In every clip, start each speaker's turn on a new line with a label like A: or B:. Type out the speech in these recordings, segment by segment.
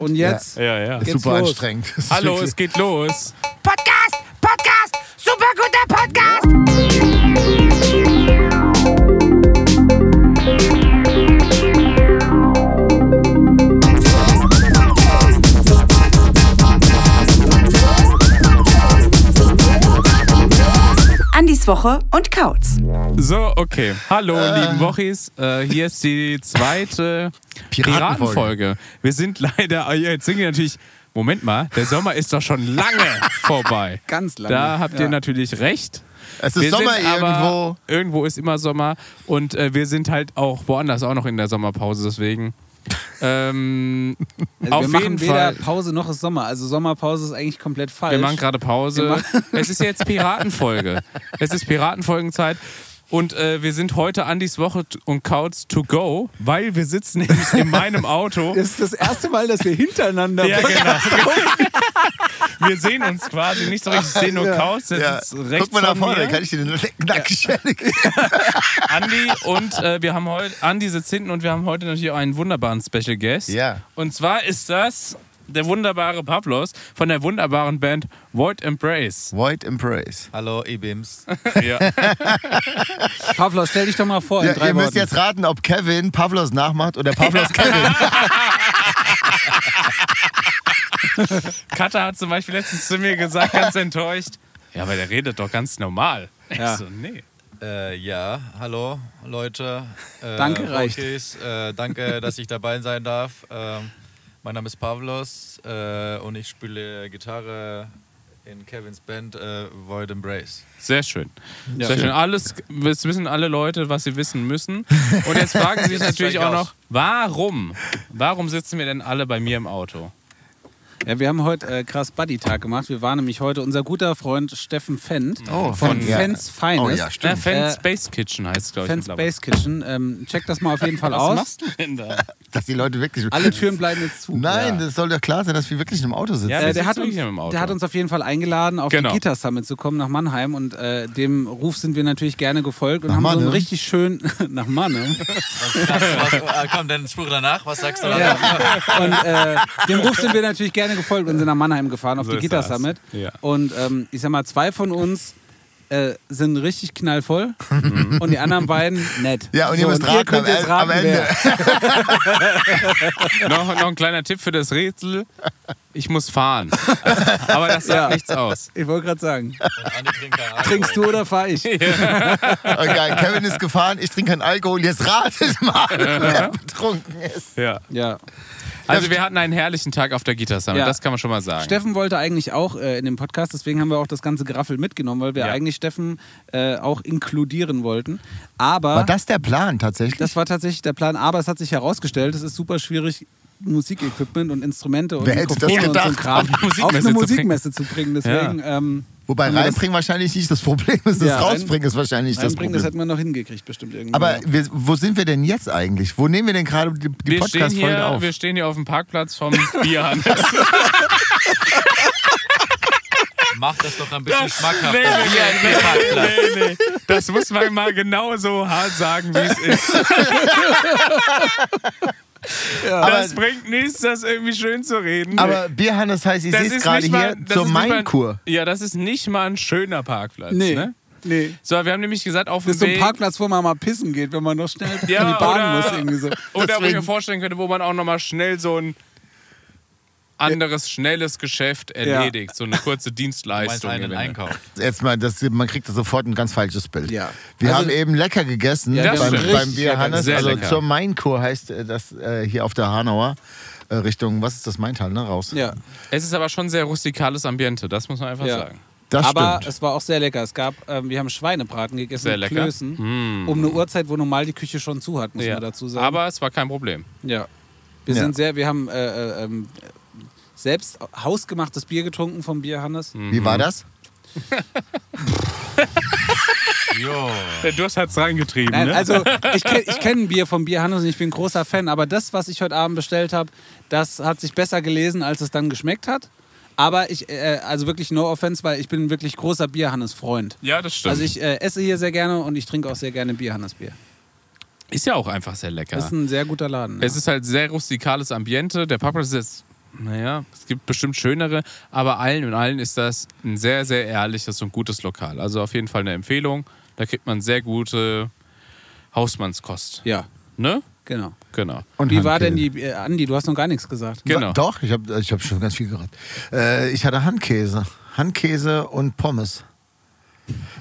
A: Und jetzt?
B: Ja, ja.
A: Geht's
C: Super
A: los.
C: anstrengend. Das ist
B: Hallo,
C: wirklich-
B: es geht los.
D: Podcast, Podcast, super guter Podcast. Andis Woche und Kauz.
B: So, okay. Hallo, lieben Wochis. Äh, hier ist die zweite
C: Piratenfolge.
B: Piratenfolge. Wir sind leider, ah, jetzt sind wir natürlich, Moment mal, der Sommer ist doch schon lange vorbei.
A: Ganz lange,
B: Da habt ihr
A: ja.
B: natürlich recht.
C: Es ist
B: Wir
C: Sommer
B: sind aber-
C: irgendwo.
B: Irgendwo ist immer Sommer. Und äh, wir sind halt auch woanders auch noch in der Sommerpause, deswegen. Ähm,
A: Also wir
B: auf jeden
A: machen weder
B: Fall.
A: Pause noch ist Sommer. Also Sommerpause ist eigentlich komplett falsch.
B: Wir machen gerade
A: Wir
B: Pause.
A: machen-
B: Es ist jetzt Piratenfolge. es ist Piratenfolgenzeit. Und äh, wir sind heute Andis Woche t- und Couch to go, weil wir sitzen nämlich in meinem Auto.
A: das ist das erste Mal, dass wir hintereinander.
B: Ja, genau. wir sehen uns quasi nicht so richtig, ich sehe nur Couch, der
C: Ja.
B: sitzt rechts
C: Guck mal nach
B: von
C: vorne,
B: mir.
C: kann ich dir den Nackenschelle geben.
B: Andi und äh, wir haben heute, Andi sitzt hinten und wir haben heute natürlich auch einen wunderbaren Special Guest.
C: Ja.
B: Und zwar ist das der wunderbare Pavlos von der wunderbaren Band Void Embrace.
C: Void Embrace.
E: Hallo, Ibims.
B: Ja.
A: Pavlos, stell dich doch mal vor
C: Ja,
A: in drei
C: ihr müsst
A: Worten.
C: jetzt raten, ob Kevin Pavlos nachmacht oder Pavlos Kevin.
B: Katha hat zum Beispiel letztens zu mir gesagt, ganz enttäuscht, ja, aber der redet doch ganz normal.
A: Ja.
B: Ich so, nee.
E: Äh, ja, hallo, Leute. Äh,
A: Danke, reicht.
E: Rookies. Äh, danke, dass ich dabei sein darf. Ähm, mein Name ist Pavlos äh, und ich spiele Gitarre in Kevins Band äh, Void Embrace.
B: Sehr schön. Sehr schön. Alles, das wissen alle Leute, was sie wissen müssen. Und jetzt fragen sie sich
E: Jetzt
B: natürlich
E: steig
B: auch
E: aus.
B: noch, warum? Warum sitzen wir denn alle bei mir im Auto?
A: Ja, wir haben heute äh, krass Buddy-Tag gemacht. Wir waren nämlich heute unser guter Freund Steffen Fendt
C: Oh,
A: von
C: ja.
A: Fans Feines.
C: Oh ja,
B: Na,
C: stimmt.
B: Fan
A: Äh,
B: Space Kitchen heißt, glaube ich.
A: Fans
B: mittlerweile.
A: Space Kitchen. Ähm, check das mal auf jeden Fall
B: Was
A: aus.
B: machst du denn da?
C: Dass die Leute wirklich.
A: Äh, Alle Türen bleiben jetzt zu.
C: Nein, das soll doch klar sein, dass wir wirklich im Auto sitzen.
B: Ja,
A: Äh,
B: wir
A: der,
B: sitzen
A: hat uns,
B: wirklich hier im Auto.
A: der hat uns auf jeden Fall eingeladen, auf
B: Genau.
A: die Guitar Summit zu kommen nach Mannheim. Und äh, dem Ruf sind wir natürlich gerne gefolgt und
C: Nach
A: haben so einen
C: Mannheim?
A: richtig schönen nach Mannheim.
E: Was, was, was, äh, komm, den Spruch danach, was sagst du danach?
A: Und äh, dem Ruf sind wir natürlich gerne gefolgt und sind nach Mannheim gefahren auf
B: So
A: die
B: ist
A: Guitar
B: das.
A: Summit.
B: Ja.
A: Und ähm, ich sag mal, zwei von uns äh, sind richtig knallvoll
B: Mhm.
A: und die anderen beiden nett.
C: Ja, und ihr müsst raten,
A: könnt
C: am
A: jetzt
C: E- am
A: raten,
C: Ende.
A: wer-
B: noch, noch ein kleiner Tipp für das Rätsel. Ich muss fahren. Aber das sagt
A: Ja.
B: nichts aus.
A: Ich wollte gerade sagen,
E: Und Andi trinkt keinen Alkohol.
A: trinkst du oder fahr ich?
C: Okay, Oh, Kevin ist gefahren, ich trinke keinen Alkohol. Jetzt ratet mal, wer betrunken ist.
B: Ja.
A: Ja.
B: Also wir hatten einen herrlichen Tag auf der Guitar Summit,
A: Ja.
B: das kann man schon mal sagen.
A: Steffen wollte eigentlich auch äh, in dem Podcast, deswegen haben wir auch das ganze Graffel mitgenommen, weil wir
B: Ja.
A: eigentlich Steffen äh, auch inkludieren wollten. Aber
C: War das der Plan tatsächlich?
A: das war tatsächlich der Plan. Aber es hat sich herausgestellt, es ist super schwierig, Musikequipment und Instrumente und
C: Wer hätte das
A: Mikrofone und so
C: gedacht?
A: einen Kram
B: Auf eine
A: auf, eine
B: Musikmesse zu
A: Musikmesse zu bringen. Deswegen, ähm,
C: Wobei
A: haben wir das-
C: reinbringen wahrscheinlich nicht das Problem ist. Das
A: Ja, rein-
C: Rausbringen ist wahrscheinlich das
A: Reinbringen, das
C: Problem.
A: hätten wir noch hingekriegt, bestimmt irgendwie.
C: Aber
A: Ja.
C: wir, wo sind wir denn jetzt eigentlich? Wo nehmen wir denn gerade die, die
B: wir, stehen
C: Podcast-Folge
B: hier,
C: auf?
B: wir stehen hier auf dem Parkplatz vom Bierhandel.
E: Mach das doch ein bisschen
B: nee,
E: schmackhafter.
B: nee,
E: Wie ein Bierparkplatz.
B: nee, nee. Das muss man mal genau so hart sagen, wie es ist. Das bringt nichts, das irgendwie schön zu reden.
C: Aber Bierhannes heißt, ihr
B: das
C: seht gerade
B: nicht mal-
C: hier
B: das
C: zur
B: ist nicht mal-
C: Mainkur.
B: Ja, das ist nicht mal ein schöner Parkplatz.
A: nee,
B: Ne?
A: nee.
B: So, wir haben nämlich gesagt,
A: Das
B: auf dem
A: ist so ein
B: Weg...
A: Parkplatz, wo man mal pissen geht, wenn man noch schnell
B: Ja,
A: in die Bahn
B: oder-
A: muss. Irgendwie so.
B: Oder wo ich mir
C: Deswegen-
B: vorstellen könnte, wo man auch nochmal schnell so ein anderes, schnelles Geschäft erledigt. So eine kurze
E: Du meinst
B: Dienstleistung.
E: einen
B: eventuell.
E: Einkauf.
C: Jetzt mal, das, man kriegt da sofort ein ganz falsches Bild.
A: Ja.
C: Wir
A: Also-
C: haben eben lecker gegessen
A: Ja,
B: das
C: beim,
B: stimmt.
C: beim
A: Richtig
C: Bierhannes.
B: lecker. Sehr
C: Also
B: lecker.
C: zur Mainkur heißt äh, das äh, hier auf der Hanauer äh, Richtung, was ist das Maintal, ne? Raus.
A: Ja.
B: Es ist aber schon sehr rustikales Ambiente, das muss man einfach
A: Ja.
B: sagen.
C: Das
A: aber
C: stimmt.
A: es war auch sehr lecker. Es gab, ähm, wir haben Schweinebraten gegessen,
B: Sehr
A: mit
B: lecker. Hm.
A: Klößen, um eine Uhrzeit, wo normal die Küche schon zu hat, muss man dazu sagen.
B: Aber es war kein Problem.
A: ja. Wir
C: Ja.
A: sind sehr, wir haben äh, äh, ähm, selbst hausgemachtes Bier getrunken vom Bier Hannes.
B: Hm.
C: Wie
B: Mhm.
C: war das?
E: Jo.
B: Der Durst hat's reingetrieben,
A: Nein,
B: ne?
A: also ich kenne ich kenn ein Bier vom Bier Hannes und ich bin großer Fan, aber das, was ich heute Abend bestellt habe, das hat sich besser gelesen, als es dann geschmeckt hat. Aber ich, äh, also wirklich no offense, weil ich bin wirklich großer Bier Hannes Freund.
B: ja, das stimmt.
A: Also ich äh, esse hier sehr gerne und ich trinke auch sehr gerne Bier Hannes Bier.
B: ist ja auch einfach sehr lecker.
A: Das ist ein sehr guter Laden.
B: es ist halt sehr rustikales Ambiente. Der Parkplatz ist jetzt naja, es gibt bestimmt schönere, aber allen und allen ist das ein sehr, sehr ehrliches und gutes Lokal. Also auf jeden Fall eine Empfehlung. Da kriegt man sehr gute Hausmannskost.
A: Ja,
B: Ne?
A: genau.
B: Genau.
C: Und
A: Wie war denn
C: Handkäse.
A: die, äh, Andi, du hast noch gar nichts gesagt.
B: Genau.
C: Doch, ich habe ich hab schon ganz viel geraten. Äh, ich hatte Handkäse. Handkäse und Pommes.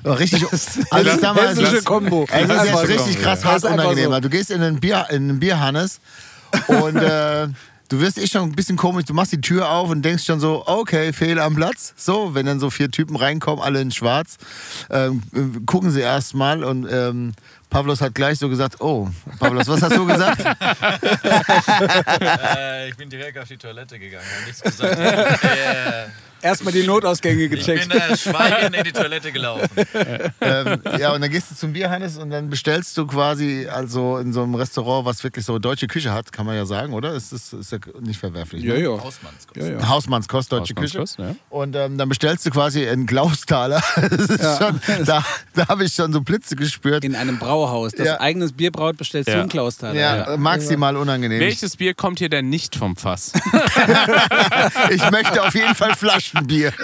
C: War richtig. Also
A: das
C: damals,
A: hessische Kombo.
C: Es ist
A: Einfach
C: jetzt
A: so.
C: richtig krass
A: Ja.
C: hart
A: Das ist einfach
C: unangenehm.
A: so.
C: Also, du gehst in einen, Bier, in einen Bierhannes und äh, du wirst eh schon ein bisschen komisch. Du machst die Tür auf und denkst schon so, okay, Fehler am Platz. So, wenn dann so vier Typen reinkommen, alle in schwarz, ähm, äh, gucken sie erstmal und ähm, Pavlos hat gleich so gesagt, oh, Pavlos, was hast du gesagt?
E: Äh, ich bin direkt auf die Toilette gegangen, habe nichts gesagt. yeah.
A: Erstmal die Notausgänge
E: Ich
A: gecheckt.
E: bin äh, schweigend in die Toilette gelaufen.
C: ähm, ja, und dann gehst du zum Bierhannes und dann bestellst du quasi also in so einem Restaurant, was wirklich so deutsche Küche hat, kann man ja sagen, oder? Ist das ist ja nicht verwerflich.
A: Ja,
C: ne?
A: ja.
E: Hausmannskost.
A: ja, ja.
C: Hausmannskost, deutsche
B: Hausmannskost,
C: Küche.
B: ja.
C: Und ähm, dann bestellst du quasi einen Glaustaler. Das ist schon, da da habe ich schon so Blitze gespürt.
A: In einem Brauhaus, das
C: Ja.
A: eigenes Bier braut, bestellst du
B: Ja.
A: einen Klaustaler.
C: ja, maximal unangenehm.
B: Welches Bier kommt hier denn nicht vom Fass?
C: Ich möchte auf jeden Fall Flaschenbier.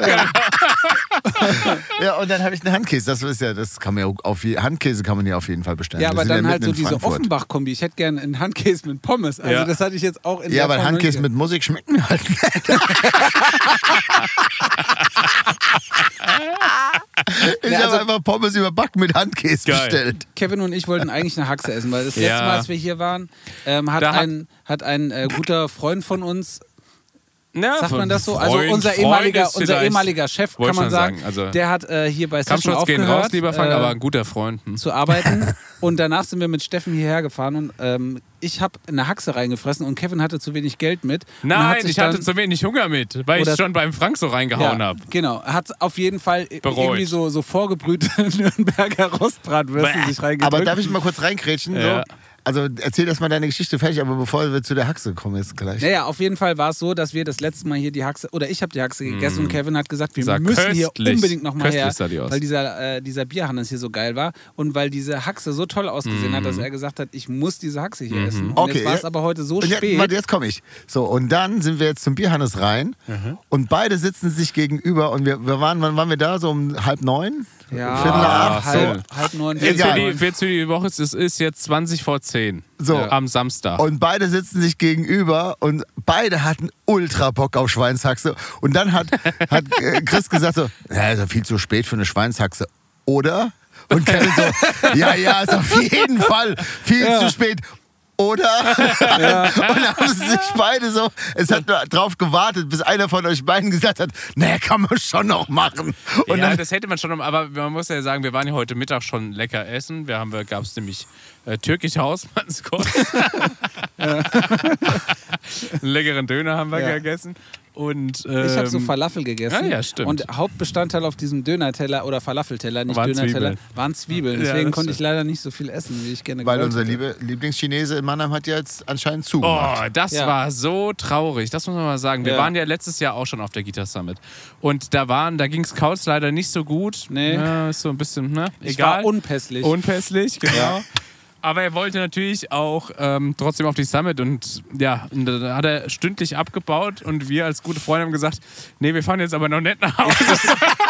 C: ja, und dann habe ich einen Handkäse. Das ist ja, das kann man ja auf je- Handkäse kann man ja auf jeden Fall bestellen.
A: Ja,
C: Wir
A: aber
C: sind ja
A: dann halt
C: mitten
A: so
C: in
A: diese
C: Frankfurt.
A: Offenbach-Kombi. Ich hätte gern einen Handkäse mit Pommes. Also
B: Ja.
A: das hatte ich jetzt auch in
C: Ja,
A: der
C: aber
A: Form noch
C: Handkäse
A: nicht.
C: mit Musik schmeckt mir halt nicht. ich
A: Ja, also-
C: habe einfach Pommes überbacken mit Handkäse
B: Geil.
C: bestellt.
A: Kevin und ich wollten eigentlich eine Haxe essen, weil das
B: Ja.
A: letzte Mal, als wir hier waren, ähm, hat,
B: Da hat-
A: ein, hat ein äh, guter Freund von uns,
B: Na,
A: sagt
B: von
A: man das so?
B: Freund,
A: also unser
B: Freund
A: ehemaliger,
B: ist
A: unser
B: vielleicht-
A: ehemaliger Chef,
B: Wollte
A: kann man
B: schon
A: sagen,
B: sagen, also-
A: der hat äh, hier bei Session
B: Kampfschutz gehen
A: aufgehört
B: raus, lieber Frank,
A: äh,
B: aber ein guter Freund. Hm.
A: zu arbeiten. und danach sind wir mit Steffen hierher gefahren und ähm, ich habe eine Haxe reingefressen und Kevin hatte zu wenig Geld mit. Und er hat
B: Nein,
A: sich
B: ich hatte
A: dann-
B: zu wenig Hunger mit, weil
A: Oder-
B: ich schon beim Frank so reingehauen habe.
A: Genau, hat auf jeden Fall i-
B: Bereut.
A: irgendwie so, so vorgebrühte Nürnberger Rostbratwürste
B: Bäh.
A: sich reingedrückt.
C: Aber darf ich mal kurz reinkrätschen?
B: Ja.
C: So? Also erzähl erst mal deine Geschichte fertig, aber bevor wir zu der Haxe kommen jetzt gleich.
A: naja, auf jeden Fall war es so, dass wir das letzte Mal hier die Haxe, oder ich habe die Haxe gegessen und Kevin hat gesagt, wir
B: Mhm. Sah
A: müssen hier
B: köstlich-
A: unbedingt nochmal
B: köstlich
A: her,
B: sah die aus.
A: weil dieser, äh, dieser Bierhannes hier so geil war und weil diese Haxe so toll ausgesehen hat,
B: Mhm.
A: dass er gesagt hat, ich muss diese Haxe hier essen. Und
C: Okay,
A: jetzt war es
C: ja.
A: aber heute so
C: Und jetzt,
A: spät.
C: warte, jetzt komme ich. So, und dann sind wir jetzt zum Bierhannes rein
A: Mhm.
C: und beide sitzen sich gegenüber und wir, wir waren, wann waren wir da? So um halb neun?
A: ja,
C: Viertel nach acht? So.
A: halb, halb neun,
B: Jetzt
A: Viertel
B: für,
C: Egal.
A: neun.
B: die, jetzt für die Woche, es ist, ist jetzt 20 vor 10
C: So.
B: Ja. am Samstag.
C: Und beide sitzen sich gegenüber und beide hatten ultra Bock auf Schweinshaxe. Und dann hat, hat äh, Chris gesagt so, ja, ist ja viel zu spät für eine Schweinshaxe, oder? Und Kevin so, ja, ja, ist auf jeden Fall viel zu spät. Oder? Und haben sie sich beide so, es hat nur drauf gewartet, bis einer von euch beiden gesagt hat, naja, kann man schon noch machen. Und
B: ja,
C: dann
B: das hätte man schon, noch- aber man muss ja sagen, wir waren ja heute Mittag schon lecker essen. Wir haben, gab es nämlich äh, türkische Hausmannskost. Einen leckeren Döner haben wir
A: Ja.
B: gegessen. Und,
A: Ich habe so
B: ähm,
A: Falafel gegessen.
B: ah, ja, stimmt.
A: Und Hauptbestandteil auf diesem Dönerteller oder Falafelteller, nicht
B: Waren
A: Dönerteller,
B: Zwiebeln.
A: waren Zwiebeln.
B: Ja,
A: Deswegen
B: das
A: konnte ich
B: stimmt.
A: leider nicht so viel essen, wie ich gerne
C: weil
A: gewollt
C: unser
A: hätte.
C: liebe Lieblingschinese in Mannheim hat ja jetzt anscheinend
B: Oh,
C: zugemacht.
B: das
A: Ja.
B: war so traurig. Das muss man mal sagen. Wir
A: Ja.
B: waren ja letztes Jahr auch schon auf der Guitar Summit. Und da waren, da ging es Couts leider nicht so gut.
A: Nee.
B: Ja, ist so ein bisschen, ne?
A: Ich
B: Egal.
A: war unpässlich.
B: Unpässlich, genau. Aber er wollte natürlich auch ähm, trotzdem auf die Summit und ja, und da hat er stündlich abgebaut und wir als gute Freunde haben gesagt, nee, wir fahren jetzt aber noch nicht nach Hause,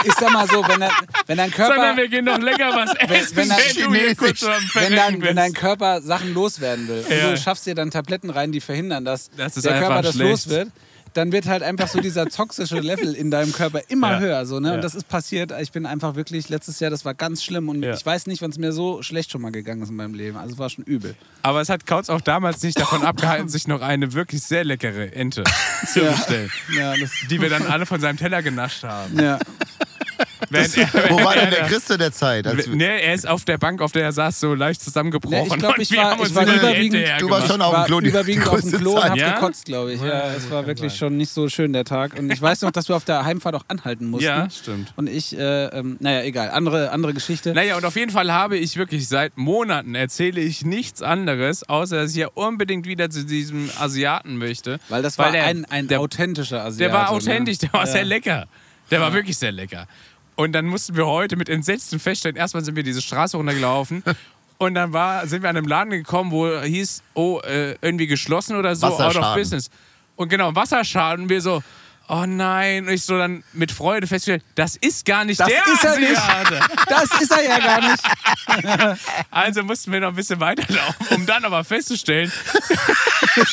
A: ich sag mal so, wenn dein, wenn dein Körper,
B: sondern wir gehen noch lecker was essen,
A: wenn er
B: du hier
C: chinesisch-
B: kurz am
A: wenn
B: Verrecken
A: dein, wenn
B: bist.
A: dein Körper Sachen loswerden will
B: Ja.
A: und du schaffst dir dann Tabletten rein, die verhindern, dass
B: Das ist
A: der
B: einfach
A: Körper das
B: schlecht.
A: los wird, dann wird halt einfach so dieser toxische Level in deinem Körper immer
B: Ja.
A: höher. So, ne?
B: Ja.
A: Und das ist passiert. Ich bin einfach wirklich letztes Jahr, das war ganz schlimm und
B: Ja.
A: ich weiß nicht, wann es mir so schlecht schon mal gegangen ist in meinem Leben. Also war schon übel.
B: Aber es hat Kautz auch damals nicht davon abgehalten, sich noch eine wirklich sehr leckere Ente zu bestellen.
A: Ja, das,
B: Die wir dann alle von seinem Teller genascht haben.
A: ja.
B: Während er,
C: Wo war denn
B: während
C: der
B: er-
C: Chris zu der Zeit? Als wir-
B: Nee, er ist auf der Bank, auf der er saß, so leicht zusammengebrochen.
A: Nee, also Ne, ich glaub,
B: Und
A: ich
B: wir
A: war-
B: haben
A: ich
B: uns
A: war
B: über die
A: überwiegend-
B: Ente
C: Du warst
B: hergemacht.
C: schon auf dem
A: war
C: Klo die
A: überwiegend auf dem
C: größte
A: Klo und
C: Zeit.
A: hab
B: Ja?
A: gekotzt, glaube ich. Ja, es war wirklich schon nicht so schön, der Tag. Und ich weiß noch, dass wir auf der Heimfahrt auch anhalten mussten.
B: Ja, stimmt.
A: Und ich, äh, ähm, naja, egal. Andere, andere Geschichte.
B: Naja, und auf jeden Fall habe ich wirklich seit Monaten erzähle ich nichts anderes, außer dass ich ja unbedingt wieder zu diesem Asiaten möchte.
A: weil das
B: Weil
A: war
B: der-
A: ein, ein
B: der-
A: authentischer Asiate.
B: Der war
A: ne?
B: authentisch, der war sehr lecker. Der war wirklich sehr lecker. Und dann mussten wir heute mit Entsetzen feststellen, erstmal sind wir diese Straße runtergelaufen und dann war, sind wir an einem Laden gekommen, wo hieß, oh, äh, irgendwie geschlossen oder so, out of
C: Wasserschaden.
B: business. Und genau, Wasserschaden. Und wir so, oh nein. Und ich so dann mit Freude festgestellt, das ist gar nicht
A: Das
B: der
A: ist er nicht.
B: Asiate.
A: Das ist er ja gar nicht.
B: Also mussten wir noch ein bisschen weiterlaufen, um dann aber festzustellen, dass,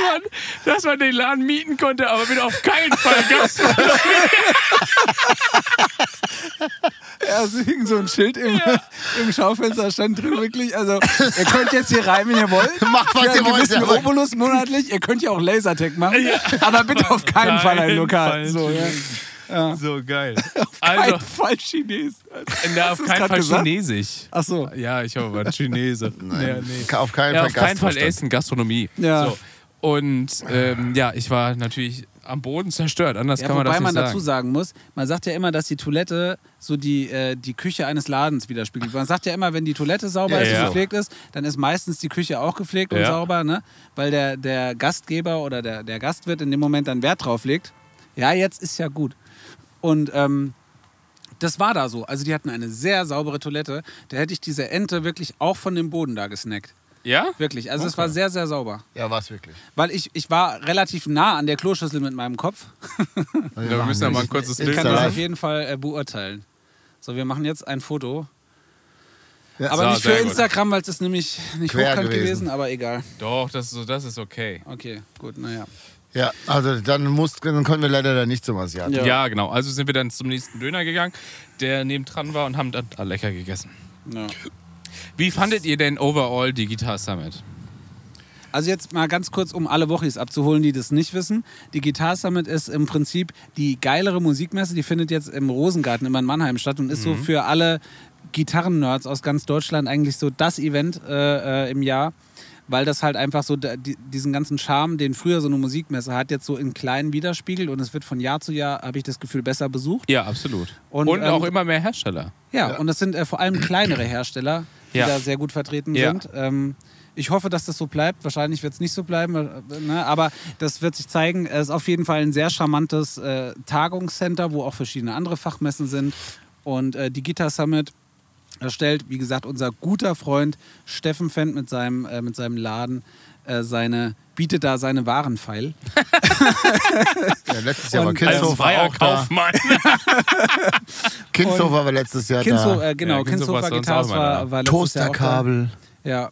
B: man, dass man den Laden mieten konnte, aber wieder auf keinen Fall Also, Gast.
A: Ja, es hing so ein Schild im, im Schaufenster, stand drin wirklich. Also, ihr könnt jetzt hier rein, wenn ihr wollt.
C: Macht, was
A: Für
C: ihr
A: einen
C: wollt,
A: gewissen
C: ja, aber-
A: Obolus monatlich. Ihr könnt ja auch Lasertag machen. Aber bitte auf keinen
B: Auf
A: Fall ein
B: keinen
A: Lokal.
B: Fall.
A: So, ja.
B: Also. So geil.
A: Kein
B: Also,
A: Fall Chines.
B: na,
A: Hast
B: auf
A: du's
B: keinen
A: grad
B: Fall
A: gesagt?
B: Chinesisch.
A: Ach so.
B: Ja, ich habe aber Chinese. Nein. Nee, nee.
C: Auf keinen
B: Ja,
C: Fall
B: auf keinen Fall
C: Gastvorstand.
B: Essen, Gastronomie.
A: Ja. Ah.
B: So. Und ähm, ja, ich war natürlich am Boden zerstört. Anders
A: Ja,
B: kann man
A: wobei
B: das nicht
A: man
B: sagen.
A: dazu sagen muss, man sagt ja immer, dass die Toilette so die, äh, die Küche eines Ladens widerspiegelt. Man sagt ja immer, wenn die Toilette sauber
B: Ja,
A: ist und
B: ja.
A: gepflegt ist, dann ist meistens die Küche auch gepflegt und
B: Ja.
A: sauber, ne? weil der, der Gastgeber oder der, der Gastwirt in dem Moment dann Wert drauf legt. Ja, jetzt ist ja gut. Und ähm, das war da so. Also die hatten eine sehr saubere Toilette. Da hätte ich diese Ente wirklich auch von dem Boden da gesnackt.
B: ja?
A: Wirklich. Also es war sehr, sehr sauber.
C: Ja, war es wirklich.
A: Weil ich, ich war relativ nah an der Kloschüssel mit meinem Kopf.
B: Ja, wir müssen ja mal ein kurzes
A: Ich
B: Bild
A: kann
C: Insta
A: das
C: live.
A: auf jeden Fall äh, beurteilen. So, wir machen jetzt ein Foto.
C: Ja,
A: Aber
B: so,
A: nicht für
B: sehr gut.
A: Instagram, weil es ist nämlich nicht
C: Quer
A: hochkant gewesen.
C: gewesen.
A: aber egal.
B: Doch, das, ist so- das ist okay.
A: Okay, gut, naja.
C: Ja, also dann, mussten, dann konnten wir leider da nicht zum Asiaten.
A: Ja.
B: Ja. genau. Also sind wir dann zum nächsten Döner gegangen, der nebendran war und haben dann ah, lecker gegessen.
A: Ja.
B: Wie fandet ihr denn overall die Guitar Summit?
A: Also jetzt mal ganz kurz, um alle Wochis abzuholen, die das nicht wissen. Die Guitar Summit ist im Prinzip die geilere Musikmesse, die findet jetzt im Rosengarten immer in Mannheim statt und ist so für alle Gitarren-Nerds aus ganz Deutschland eigentlich so das Event äh, äh, im Jahr. Weil das halt einfach so da- die, diesen ganzen Charme, den früher so eine Musikmesse hat, jetzt so in klein widerspiegelt und es wird von Jahr zu Jahr, habe ich das Gefühl, besser besucht.
B: Ja, absolut.
A: Und,
B: Und,
A: ähm,
B: auch immer mehr Hersteller.
A: Ja, und das sind äh, vor allem kleinere Hersteller, die
B: Ja.
A: da sehr gut vertreten
B: Ja.
A: sind. Ähm, ich hoffe, dass das so bleibt. Wahrscheinlich wird es nicht so bleiben, äh, ne? aber das wird sich zeigen. Es ist auf jeden Fall ein sehr charmantes äh, Tagungscenter, wo auch verschiedene andere Fachmessen sind. Und äh, die Guitar Summit erstellt, wie gesagt, unser guter Freund Steffen Fendt mit seinem, äh, mit seinem Laden äh, seine, bietet da seine Warenfeil.
C: Ja, letztes Jahr war
A: Und, also
C: Kinzo Also
B: Als
C: war
B: freier
C: auch da.
B: Kaufmann.
C: Kinzo war letztes Jahr
A: Kinzo,
C: da.
A: äh, genau,
B: Ja, Kinzo
A: Kinzo
B: warst du sonst
A: Guitars
B: auch immer da.
A: war, war letztes Jahr auch da.
C: Toasterkabel.
A: Ja.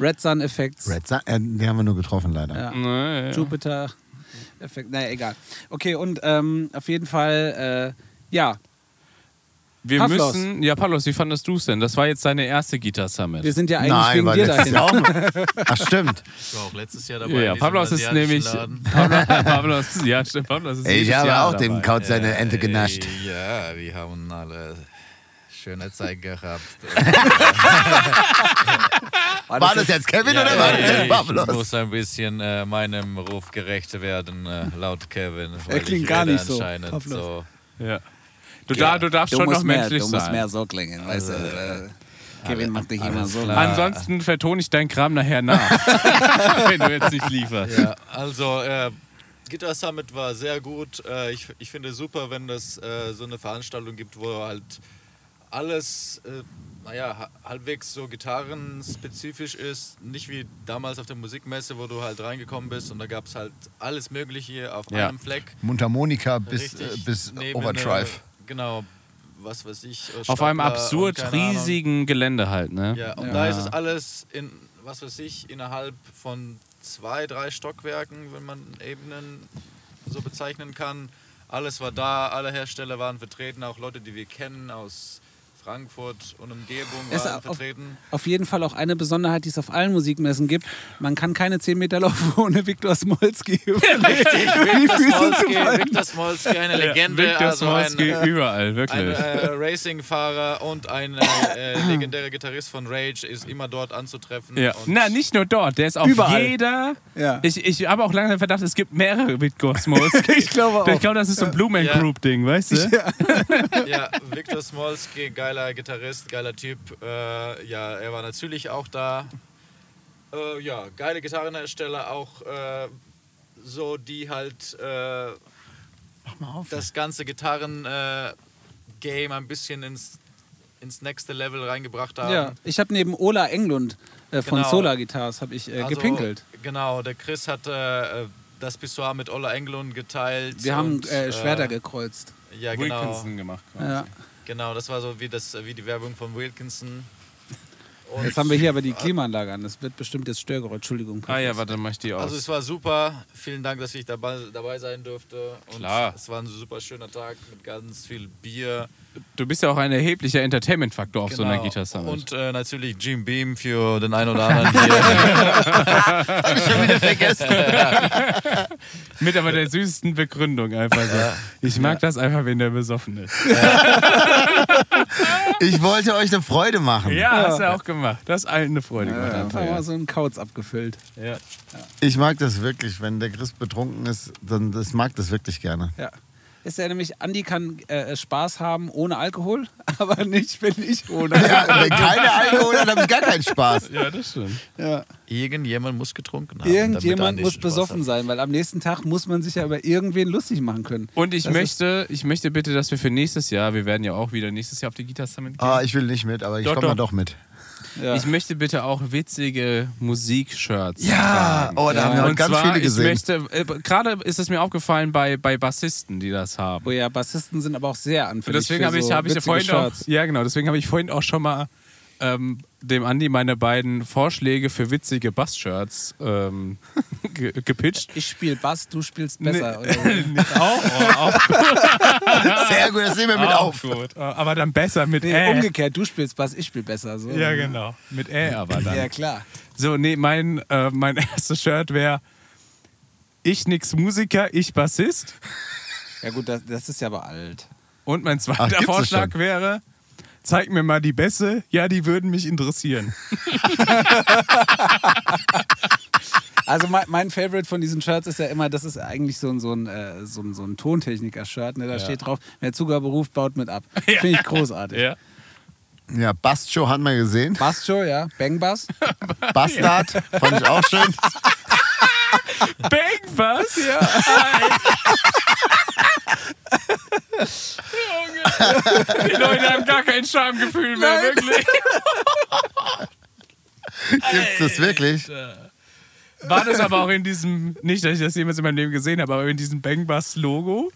A: Red Sun Effects.
C: Red Sun, äh, die haben wir nur getroffen leider.
A: Ja.
B: Naja.
A: Jupiter. Effekt. Naja, egal. Okay, und ähm, auf jeden Fall, äh, ja,
B: Wir
A: Pavlos.
B: müssen. Ja, Pavlos, wie fandest du es denn? Das war jetzt deine erste Guitar Summit.
A: wir sind ja eigentlich
C: Nein,
A: wegen
C: war
A: dir
C: letztes
A: dahin.
C: Jahr auch noch. Ach stimmt.
E: Ich war auch letztes Jahr dabei. in
B: ja,
E: diesem
B: Pavlos ist
E: asiatischen
B: nämlich.
E: Laden.
B: Pavlos, Pavlos, ja, stimmt. Pavlos ist
C: Ey, ich
B: jedes
C: habe
B: Jahr
C: auch dem
B: dabei.
C: Kaut seine Ente genascht.
E: Ey, Ja, wir haben alle schöne Zeit gehabt.
C: War das jetzt Kevin oder war das jetzt
E: ich
C: Pavlos?
E: muss ein bisschen äh, meinem Ruf gerecht werden, äh, laut Kevin. weil
A: klingt
E: ich
A: gar
E: werde
A: nicht so,
E: anscheinend
A: Pavlos.
E: So.
B: Ja. Du, da, du darfst
A: Du
B: schon
A: musst
B: noch
A: mehr-
B: menschlich
A: du musst
B: sein.
A: mehr so klingen, weißt du.
C: Also,
A: Äh, Kevin macht dich immer so.
B: Ah. Ansonsten vertone ich deinen Kram nachher nach, wenn du jetzt nicht lieferst.
E: Ja, also äh, Guitar Summit war sehr gut. Äh, ich, ich finde super, wenn das äh, so eine Veranstaltung gibt, wo halt alles, äh, naja, ha- halbwegs so gitarrenspezifisch ist. Nicht wie damals auf der Musikmesse, wo du halt reingekommen bist und da gab es halt alles Mögliche auf
B: Ja.
E: einem Fleck.
C: Mundharmonika bis, äh,
E: Richtig
C: bis
E: neben
C: Overdrive.
E: eine- Genau, was weiß ich. äh,
B: Auf einem
E: Stapler und
B: absurd
E: keine Ahnung.
B: riesigen Gelände halt, ne?
E: Ja, und da ist es alles in, was weiß ich, innerhalb von zwei, drei Stockwerken, wenn man Ebenen so bezeichnen kann. Alles war da, alle Hersteller waren vertreten, auch Leute, die wir kennen aus Frankfurt und Umgebung
A: Es-
E: waren
A: auf-
E: vertreten.
A: Auf jeden Fall auch eine Besonderheit, die es auf allen Musikmessen gibt. Man kann keine 10 Meter laufen ohne Viktor Smolski. Die Füße zu
E: Smolski,
A: fallen.
E: Viktor Smolski, eine Legende,
B: Victor
E: also
B: Smolski
E: ein,
B: überall,
E: ein
B: wirklich.
E: äh, Racing-Fahrer und ein äh, legendärer Gitarrist von Rage ist immer dort anzutreffen.
B: ja.
E: Und
B: Na, nicht nur dort, der ist auf
A: Überall.
B: jeder.
A: Ja.
B: Ich, ich habe auch lange den Verdacht, es gibt mehrere Bitcosmos.
A: Ich glaube auch.
B: Ich glaube, das ist so ein Blue Man
E: Ja.
B: Group Ding, weißt du?
E: Ja, Viktor Smolski, geiler Gitarrist, geiler Typ. Äh, ja, er war natürlich auch da. Äh, ja, geile Gitarrenhersteller auch äh, so, die halt äh, das ganze Gitarren-Game ein äh, bisschen ins ins nächste Level reingebracht haben.
A: Ja, ich habe neben Ola Englund äh, von
E: Genau.
A: Solar Guitars habe ich äh,
E: Also,
A: gepinkelt.
E: Genau, der Chris hatte äh, das Pissoir mit Ola Englund geteilt.
A: Wir haben
E: und,
A: äh, Schwerter gekreuzt.
E: Ja, genau.
B: Wilkinson gemacht.
A: Ja.
E: Genau, das war so wie, das, wie die Werbung von Wilkinson. Und
A: Jetzt haben wir hier aber die Klimaanlage an. Das wird bestimmt jetzt Störgeräusch. Entschuldigung.
B: Ah ja, warte, dann mach ich die aus.
E: Also es war super. Vielen Dank, dass ich dabei, dabei sein durfte. Und
B: Klar.
E: Es war ein super schöner Tag mit ganz viel Bier.
B: du bist ja auch ein erheblicher Entertainment-Faktor auf so einer
E: Genau.
B: Guitar Summit.
E: Und äh, natürlich Jim Beam für den einen oder anderen hier.
B: Mit aber der süßesten Begründung einfach so. Ich mag das einfach, wenn der besoffen ist.
C: Ich wollte euch eine Freude machen.
B: Ja, hast du auch gemacht. Das ist allen eine Freude gemacht.
A: Einfach mal so einen Kauz abgefüllt.
B: Ja.
C: Ich mag das wirklich, wenn der Chris betrunken ist, dann das mag das wirklich gerne.
A: Ja. Ist ja nämlich, Andi kann äh, äh, Spaß haben ohne Alkohol, aber nicht, wenn ich ohne.
C: Ja, wenn keine Alkohol hat, habe ich gar keinen Spaß.
B: ja, das stimmt.
A: Ja.
E: Irgendjemand muss getrunken haben. damit er
A: Irgendjemand
E: nicht
A: muss
E: Spaß
A: besoffen
E: hat.
A: sein, weil am nächsten Tag muss man sich ja über irgendwen lustig machen können.
B: Und ich
A: Das
B: möchte, ich möchte bitte, dass wir für nächstes Jahr, wir werden ja auch wieder nächstes Jahr auf die Guitar Summit gehen.
C: Ah, ich will nicht mit, aber ich
B: Doch,
C: komme mal
B: doch.
C: doch mit.
A: Ja.
B: Ich möchte bitte auch witzige Musik-Shirts.
C: Ja, oh, da haben wir
B: Und
C: heute ganz
B: zwar,
C: viele gesehen.
B: ich möchte, äh, gerade ist es mir aufgefallen bei, bei Bassisten, die das haben.
A: Oh ja, Bassisten sind aber auch sehr anfällig.
B: deswegen
A: für
B: habe ich,
A: so
B: hab ich ja
A: witzige
B: vorhin auch,
A: Shirts.
B: ja genau, deswegen habe ich vorhin auch schon mal ähm, dem Andi meine beiden Vorschläge für witzige Bass-Shirts ähm, ge gepitcht.
A: Ich spiele Bass, du spielst besser. oder so.
B: auch, oh, auch,
C: Sehr gut, das nehmen wir mit
B: auch
C: auf.
B: gut. Aber dann besser mit
A: Nee,
B: Ä.
A: umgekehrt, du spielst Bass, ich spiele besser. So.
B: Ja, genau. Mit Ä aber dann.
A: Ja, klar.
B: So, nee, mein, äh, mein erstes Shirt wäre Ich nix Musiker, ich Bassist.
A: Ja, gut, das, das ist ja aber alt.
B: Und mein
C: Ach,
B: zweiter
C: Ah, gibt's das
B: Vorschlag
C: schon?
B: wäre, zeig mir mal die Bässe. Ja, die würden mich interessieren.
A: Also mein, mein Favorite von diesen Shirts ist ja immer, das ist eigentlich so ein, so ein, äh, so ein, so ein Tontechniker-Shirt. Ne? Da steht drauf, wer Zugabe ruft, baut mit ab. Finde ich großartig.
B: Ja.
C: Ja, Bastjo haben wir gesehen.
A: Bassjo, ja, Bang Bass.
C: Bastard fand ich auch schön.
B: Bang, was? Ja. Junge. Die Leute haben gar kein Schamgefühl mehr, wirklich.
C: Gibt's das wirklich?
B: War das aber auch in diesem, nicht, dass ich das jemals in meinem Leben gesehen habe, aber in diesem Bang Bass Logo?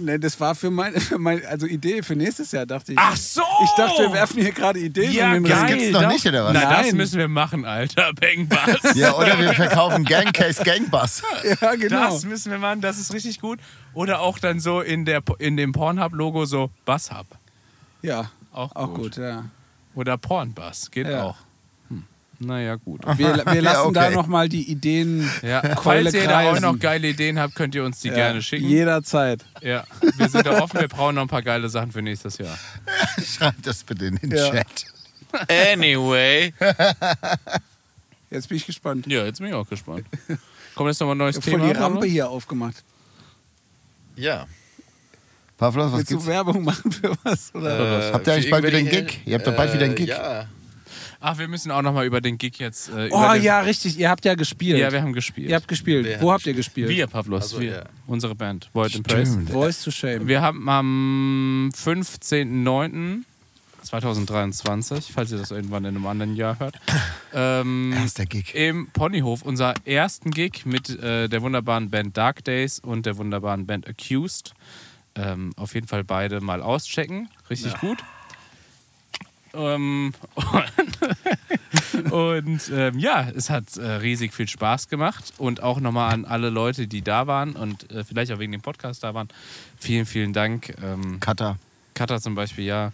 A: Ne, das war für meine für mein, also Idee für nächstes Jahr, dachte ich.
B: Ach so!
A: Ich dachte, wir werfen hier gerade Ideen
B: ja,
A: um den
B: geil.
A: Ring.
C: gibt's doch nicht, oder was?
B: Na, das
A: Nein.
B: müssen wir machen, Alter. Bang Bass.
C: Ja, oder wir verkaufen Gangcase Gangbass.
A: Ja, genau.
B: Das müssen wir machen, das ist richtig gut. Oder auch dann so in, der, in dem Pornhub-Logo so Bass-Hub
A: ja,
B: Auch
A: auch gut,
B: gut.
A: ja.
B: oder Porn-Bass. Geht
A: Ja.
B: auch. Hm. Naja, gut.
A: Wir, wir lassen
C: Ja, okay.
A: da nochmal die Ideen
B: Ja.
A: Keule
B: Falls ihr da auch
A: kreisen.
B: noch geile Ideen habt, könnt ihr uns die gerne schicken.
A: Jederzeit.
B: Ja, wir sind da offen, wir brauchen noch ein paar geile Sachen für nächstes Jahr.
C: Schreibt das bitte in den
A: Ja.
C: Chat.
E: Anyway.
A: Jetzt bin ich gespannt.
B: Ja, jetzt bin ich auch gespannt. Kommt jetzt nochmal ein neues
A: Ich habe
B: Thema.
A: voll die Rampe hier aufgemacht.
E: Ja.
C: Pavlos, was
A: Willst du
C: gibt's?
A: Werbung machen für was? Oder?
E: Äh,
C: Habt ihr eigentlich
E: für
C: bald wieder einen
E: irgendwelche- äh,
C: Gig? Ihr habt doch bald wieder einen Gig.
E: Ja.
B: Ach, wir müssen auch nochmal über den Gig jetzt. Äh,
A: oh
B: über den,
A: ja, richtig. Ihr habt ja gespielt.
B: Ja, wir haben gespielt.
A: ihr habt gespielt.
E: Wir
A: Wo
E: haben
A: habt ihr gespielt?
B: wir, Pavlos,
E: Also,
B: wir,
E: ja.
B: unsere Band, Void in Place.
A: Voice to Shame.
B: Wir haben am 15.09.2023, falls ihr das irgendwann in einem anderen Jahr hört, ähm,
C: Erster Gig.
B: im Ponyhof unser ersten Gig mit äh, der wunderbaren Band Dark Days und der wunderbaren Band Accused. Ähm, auf jeden Fall beide mal auschecken. Richtig gut. Ähm, und und ähm, ja, es hat äh, riesig viel Spaß gemacht. Und auch nochmal an alle Leute, die da waren und äh, vielleicht auch wegen dem Podcast da waren. Vielen, vielen Dank. Ähm,
C: Cutter.
B: Kata zum Beispiel, ja.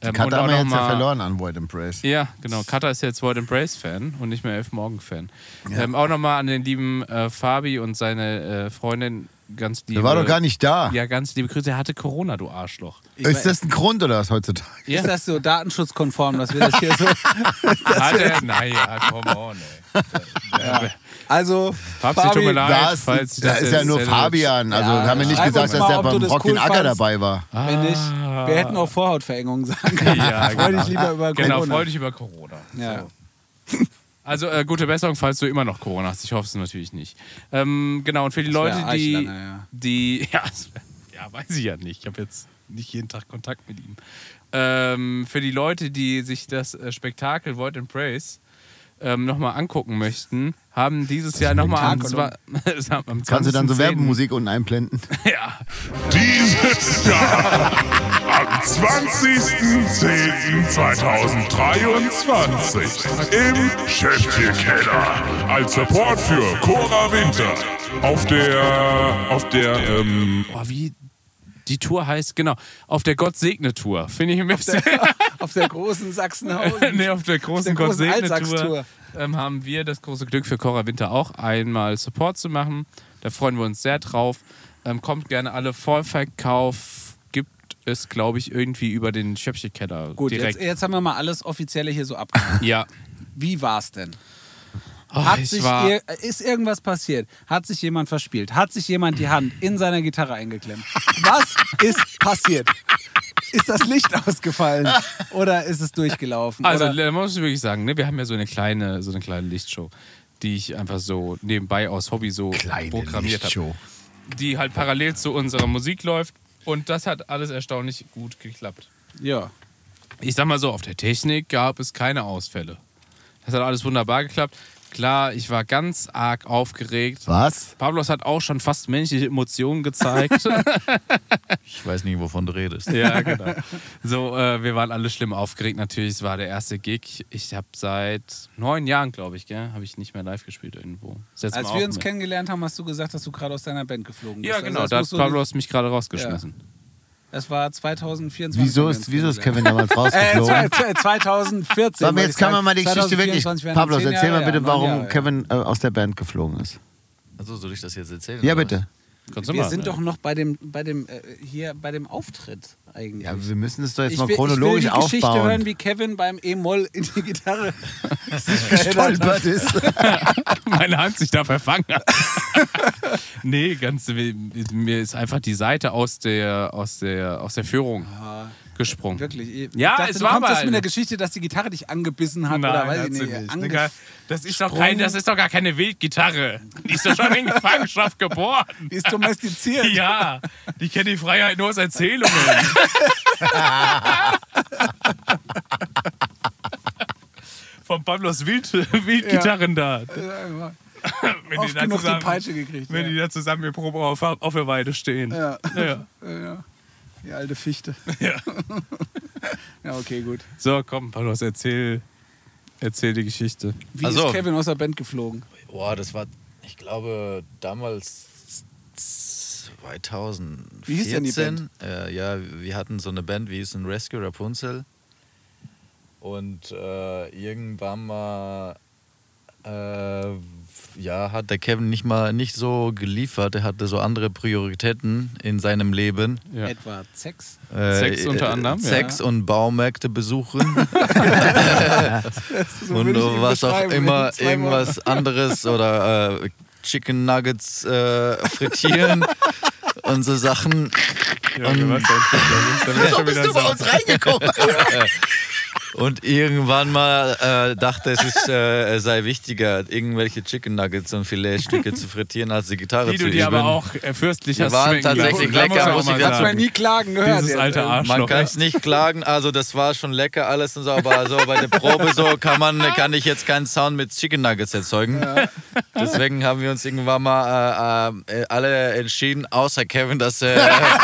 B: Ähm, und
C: Cutter haben
B: auch
C: wir jetzt
B: noch
C: ja
B: mal-
C: verloren an Void Embrace.
B: ja, genau. Kata ist jetzt Void Embrace Fan und nicht mehr Elf Morgen Fan. Ähm, auch nochmal an den lieben äh, Fabi und seine äh, Freundin ganz liebe.
C: Der war doch gar nicht da.
B: Ja, ganz liebe Grüße. Er hatte Corona, du Arschloch.
C: Ist das ein Grund oder was heutzutage?
B: Ja,
A: Ist das so datenschutzkonform, dass wir das hier so.
B: hat er. Naja, come on, ey.
A: Also,
B: Fabsi, tut mir leid.
C: Da
B: Nein,
C: ist,
B: falls ich
C: da
B: das
C: ist ja
B: jetzt
C: nur
B: hätte-
C: Fabian. Also
A: Ja,
C: haben wir nicht
A: schreib
C: gesagt,
A: uns
C: dass
A: mal,
C: der
A: ob du
C: beim
A: das
C: Rock
A: cool
C: den Acker
A: fandst.
C: dabei war.
A: wenn nicht, wir hätten auch Vorhautverengung sagen können.
B: Ah. Ja,
A: Freu
B: genau.
A: dich lieber über
B: Genau,
A: Corona.
B: freu dich über Corona.
A: Ja.
B: Also äh, gute Besserung, falls du immer noch Corona hast. Ich hoffe es natürlich nicht. Ähm, genau, und für die
A: wär
B: Leute, die,
A: Eichleiner, ja.
B: die. Ja, es wär- ja, weiß ich ja nicht. Ich habe jetzt nicht jeden Tag Kontakt mit ihm. Ähm, für die Leute, die sich das äh, Spektakel Void and Praise ähm, nochmal angucken möchten, haben dieses Jahr nochmal am,
A: Tag,
B: zwei- es haben am
C: Kannst du dann so
B: 20.10.
C: Werbemusik unten einblenden?
B: Ja,
F: Dieses Jahr, am 20.10.2023 im Schäftchenkeller als Support für Cora Winter auf der, auf der, ähm,
B: oh, wie die Tour heißt, genau, auf der Gott segne Tour. Finde ich im Website.
A: Auf der großen Sachsenhausen.
B: nee, auf der
A: Auf
B: großen,
A: der großen
B: Gott-Segne-Tour
A: Altsachs-Tour.
B: ähm, haben wir das große Glück für Cora Winter auch einmal Support zu machen. Da freuen wir uns sehr drauf. Ähm, kommt gerne alle Vorverkauf. Gibt es, glaube ich, irgendwie über den Schöpfchenkeller
A: Gut, jetzt,
B: direkt.
A: jetzt haben wir mal alles Offizielle hier so abgehakt.
B: ja.
A: Wie war's denn?
B: Oh,
A: Hat
B: ich
A: sich
B: war,
A: ir ist irgendwas passiert? Hat sich jemand verspielt? Hat sich jemand die Hand in seiner Gitarre eingeklemmt? Was ist passiert? Ist das Licht ausgefallen oder ist es durchgelaufen?
B: also,
A: oder,
B: da muss ich wirklich sagen, ne, wir haben ja so eine kleine, so eine kleine Lichtshow, die ich einfach so nebenbei aus Hobby so programmiert habe.
C: Lichtshow.
B: Die halt parallel zu unserer Musik läuft. Und das hat alles erstaunlich gut geklappt.
A: ja.
B: ich sag mal so, auf der Technik gab es keine Ausfälle. Das hat alles wunderbar geklappt. Klar, ich war ganz arg aufgeregt.
C: Was?
B: Pablos hat auch schon fast menschliche Emotionen gezeigt.
E: Ich weiß nicht, wovon du redest.
B: ja, genau. So, äh, wir waren alle schlimm aufgeregt natürlich. Es war der erste Gig. Ich habe seit neun Jahren, glaube ich, gell, habe ich nicht mehr live gespielt irgendwo. Das letzte
A: Als
B: Mal
A: wir
B: auch
A: uns
B: mit-
A: kennengelernt haben, hast du gesagt, dass du gerade aus deiner Band geflogen bist.
B: Ja, genau.
A: Also
B: Da
A: das,
B: hat
A: musst du-
B: Pablos mich gerade rausgeschmissen.
A: das war 2024.
C: Wieso
A: haben wir uns
C: ist, wieso ist
A: kennengelernt.
C: Kevin damals
A: Äh,
C: rausgeflogen?
A: zwei- zwei- 2014.
C: Sag mir,
A: wollte
C: jetzt
A: ich
C: kann
A: sagen.
C: man mal die Geschichte wirklich.
A: 2024 wären
C: Pablos,
A: zehn
C: erzähl
A: Jahre,
C: mal bitte,
A: ja, neun
C: warum
A: Jahre, ja.
C: Kevin äh, aus der Band geflogen ist.
E: Also soll ich das jetzt erzählen?
C: Ja,
E: oder
C: bitte.
B: Kannst du
A: Wir
B: mal,
A: sind
B: ne?
A: doch noch bei dem, bei dem, äh, hier, bei dem Auftritt eigentlich.
C: Ja, wir müssen es doch jetzt
A: ich,
C: mal
A: will, ich
C: chronologisch
A: will die Geschichte
C: aufbauen.
A: hören, wie Kevin beim E-Moll in die Gitarre sich verändert hat.
C: Gestolpert ist.
B: meine Hand sich da verfangen hat. nee, ganz, mir ist einfach die Seite aus der, aus der, aus der Führung gesprungen.
A: Wirklich. Ich
B: Ja,
A: dachte,
B: es
A: du
B: war
A: kommst
B: aber
A: jetzt mit
B: eine-
A: der Geschichte, dass die Gitarre dich angebissen hat
B: Nein,
A: oder weiß
B: hat
A: ich
B: sie
A: nicht.
B: nicht. ne?
A: ange-
B: Egal. Das ist, doch kein, das ist doch gar keine Wildgitarre. Die ist doch schon in Gefangenschaft geboren.
A: Die ist domestiziert.
B: Ja, die kennt die Freiheit nur aus Erzählungen. Von Pablos Wild, Wildgitarren da.
A: Ja,
B: Wenn
A: Oft
B: da
A: genug die
B: zusammen-
A: Peitsche gekriegt.
B: Wenn
A: ja.
B: die da zusammen im Probe auf, auf der Weide stehen.
A: Ja.
B: Ja.
A: Ja, die alte Fichte.
B: Ja.
A: Ja, okay, gut.
B: So, komm, Paulus, erzähl, erzähl die Geschichte.
A: Wie
E: Also-
A: ist Kevin aus der Band geflogen?
E: Boah, das war, ich glaube, damals 2014.
A: Wie hieß denn die Band?
E: Äh, ja, wir hatten so eine Band, wie hieß ein Rescue Rapunzel. Und äh, irgendwann mal, äh, ja, hat der Kevin nicht mal nicht so geliefert. Er hatte so andere Prioritäten in seinem Leben.
B: Ja.
A: Etwa Sex?
E: Äh,
B: Sex unter anderem, ja.
E: Sex und Baumärkte besuchen.
A: So
E: und
A: würde ich ihn
E: was auch
A: beschreiben,
E: immer
A: in zwei
E: irgendwas anderes oder äh, Chicken Nuggets äh, frittieren und so Sachen.
B: du warst schon- da bist du schon wieder sauer.
C: reingekommen?
E: Und irgendwann mal äh, dachte es ist, äh, es sei wichtiger, irgendwelche Chicken Nuggets und Filetstücke zu frittieren, als die Gitarre
B: Die
E: zu
B: du
E: üben.
B: dir aber auch äh, fürstlich
E: Die
B: hast
E: waren
B: schmecken
A: Oh,
B: lassen.
E: tatsächlich
B: Da
E: lecker,
B: auch
E: muss ich
B: mal
A: Monaten.
E: dazu
A: Hat man
B: sagen.
A: nie klagen gehört.
B: Dieses
A: jetzt,
B: alte
A: ey.
B: Arschloch.
E: Man kann es nicht klagen, also das war schon lecker alles und so, aber so bei der Probe so kann man kann ich jetzt keinen Sound mit Chicken Nuggets erzeugen. Deswegen haben wir uns irgendwann mal äh, äh, alle entschieden, außer Kevin, dass er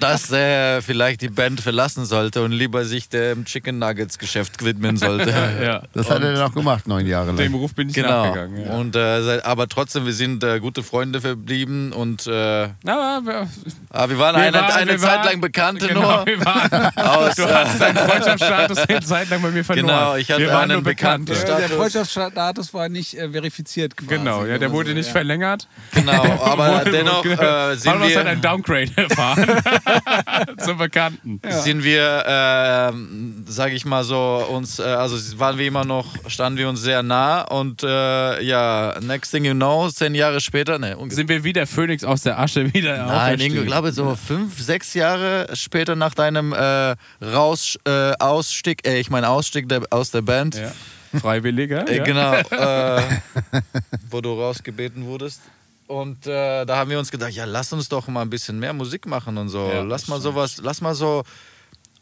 E: dass er vielleicht die Band verlassen sollte und lieber sich dem Chicken Nuggets Geschäft widmen sollte.
B: ja.
C: Das hat er dann auch gemacht, neun Jahre
B: Dem
C: lang.
B: Ruf bin ich
E: Genau.
B: nachgegangen. Ja.
E: Und äh, seit- aber trotzdem, wir sind äh, gute Freunde verblieben und äh,
B: Aber wir,
E: ah, wir waren
B: wir
E: eine,
B: waren-
E: eine
B: wir
E: Zeit
B: waren-
E: lang Bekannte
B: genau,
E: nur.
B: wir waren,
E: Aus, äh,
B: du hast deinen Freundschaftsstatus eine Zeit lang bei mir verloren.
E: Genau, ich hatte
B: wir waren
E: einen
B: nur Bekannte.
E: Bekannten.
A: Ja, Äh, Der
E: Status.
A: Freundschaftsstatus war nicht äh, verifiziert quasi.
B: Genau, ja, der
A: Oder
B: wurde
A: so,
B: nicht
A: ja.
B: verlängert.
E: Genau, aber
B: Wurde-
E: dennoch äh, sind
B: Pablos hat
E: wir,
B: ein halt Downgrade erfahren. Zum Bekannten.
E: sind wir ähm, sag ich mal so, uns, äh, also waren wir immer noch, standen wir uns sehr nah und äh, ja, next thing you know, zehn Jahre später, ne, unge-
B: Sind wir wie der Phönix aus der Asche wieder
E: Nein,
B: auferstehen.
E: Ingo, ich glaube so fünf, sechs Jahre später nach deinem äh, Raus, äh, Ausstieg, äh, ich meine Ausstieg der, aus der Band,
B: Ja. Freiwilliger.
E: äh,
B: ja.
E: genau, äh, wo du rausgebeten wurdest, Und äh, da haben wir uns gedacht, ja, lass uns doch mal ein bisschen mehr Musik machen und so.
B: Ja,
E: lass
B: das
E: mal
B: stimmt.
E: sowas, lass mal so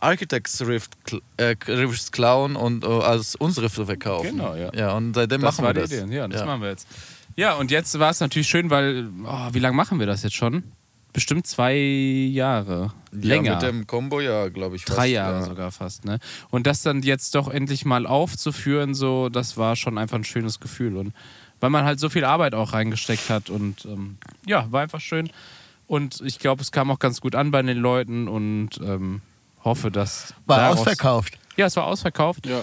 E: Architects Rift, kl- äh, Riffs klauen und äh, als unsere verkaufen.
B: Genau, ja.
E: Ja, und seitdem
B: Das
E: machen
B: war
E: wir das.
B: die Idee. Ja, das machen wir jetzt. Ja, und jetzt war es natürlich schön, weil, oh, wie lange machen wir das jetzt schon? Bestimmt zwei Jahre.
E: Ja,
B: Länger.
E: mit dem Combo, ja, glaube ich.
B: Drei
E: fast, Also,
B: Jahre
E: ja.
B: sogar fast, ne? Und das dann jetzt doch endlich mal aufzuführen, so, das war schon einfach ein schönes Gefühl. Und weil man halt so viel Arbeit auch reingesteckt hat und ähm, ja, war einfach schön. Und ich glaube, es kam auch ganz gut an bei den Leuten und ähm, hoffe, dass.
C: War
B: daraus-
C: ausverkauft.
B: Ja, es war ausverkauft.
A: Ja.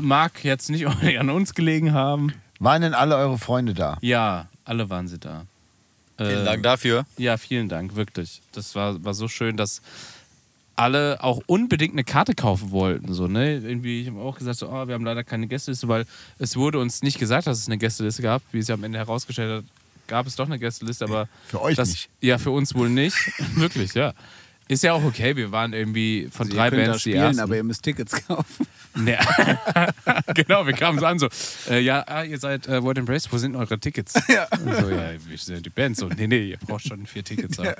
B: Mag jetzt nicht an uns gelegen haben.
C: Waren denn alle eure Freunde da?
B: Ja, alle waren sie da.
E: Vielen
B: Äh,
E: Dank dafür.
B: Ja, vielen Dank, wirklich. Das war, war so schön, dass alle auch unbedingt eine Karte kaufen wollten. So, ne? Irgendwie, ich habe auch gesagt, so, oh, wir haben leider keine Gästeliste, weil es wurde uns nicht gesagt, dass es eine Gästeliste gab. Wie es ja am Ende herausgestellt hat, gab es doch eine Gästeliste, aber
C: Für euch
B: das,
C: nicht.
B: Ja, für uns wohl nicht. wirklich, ja. Ist ja auch okay, wir waren irgendwie von drei
A: Also ihr könnt
B: Bands
A: da
B: die
A: spielen,
B: ersten.
A: aber ihr müsst Tickets kaufen.
B: Nee. genau, wir kamen so an, so, äh, ja, ah, ihr seid äh, World Embrace, wo sind eure Tickets? Ja. So, ja, wir sind die Band, so, nee, nee, ihr braucht schon vier Tickets. Ja.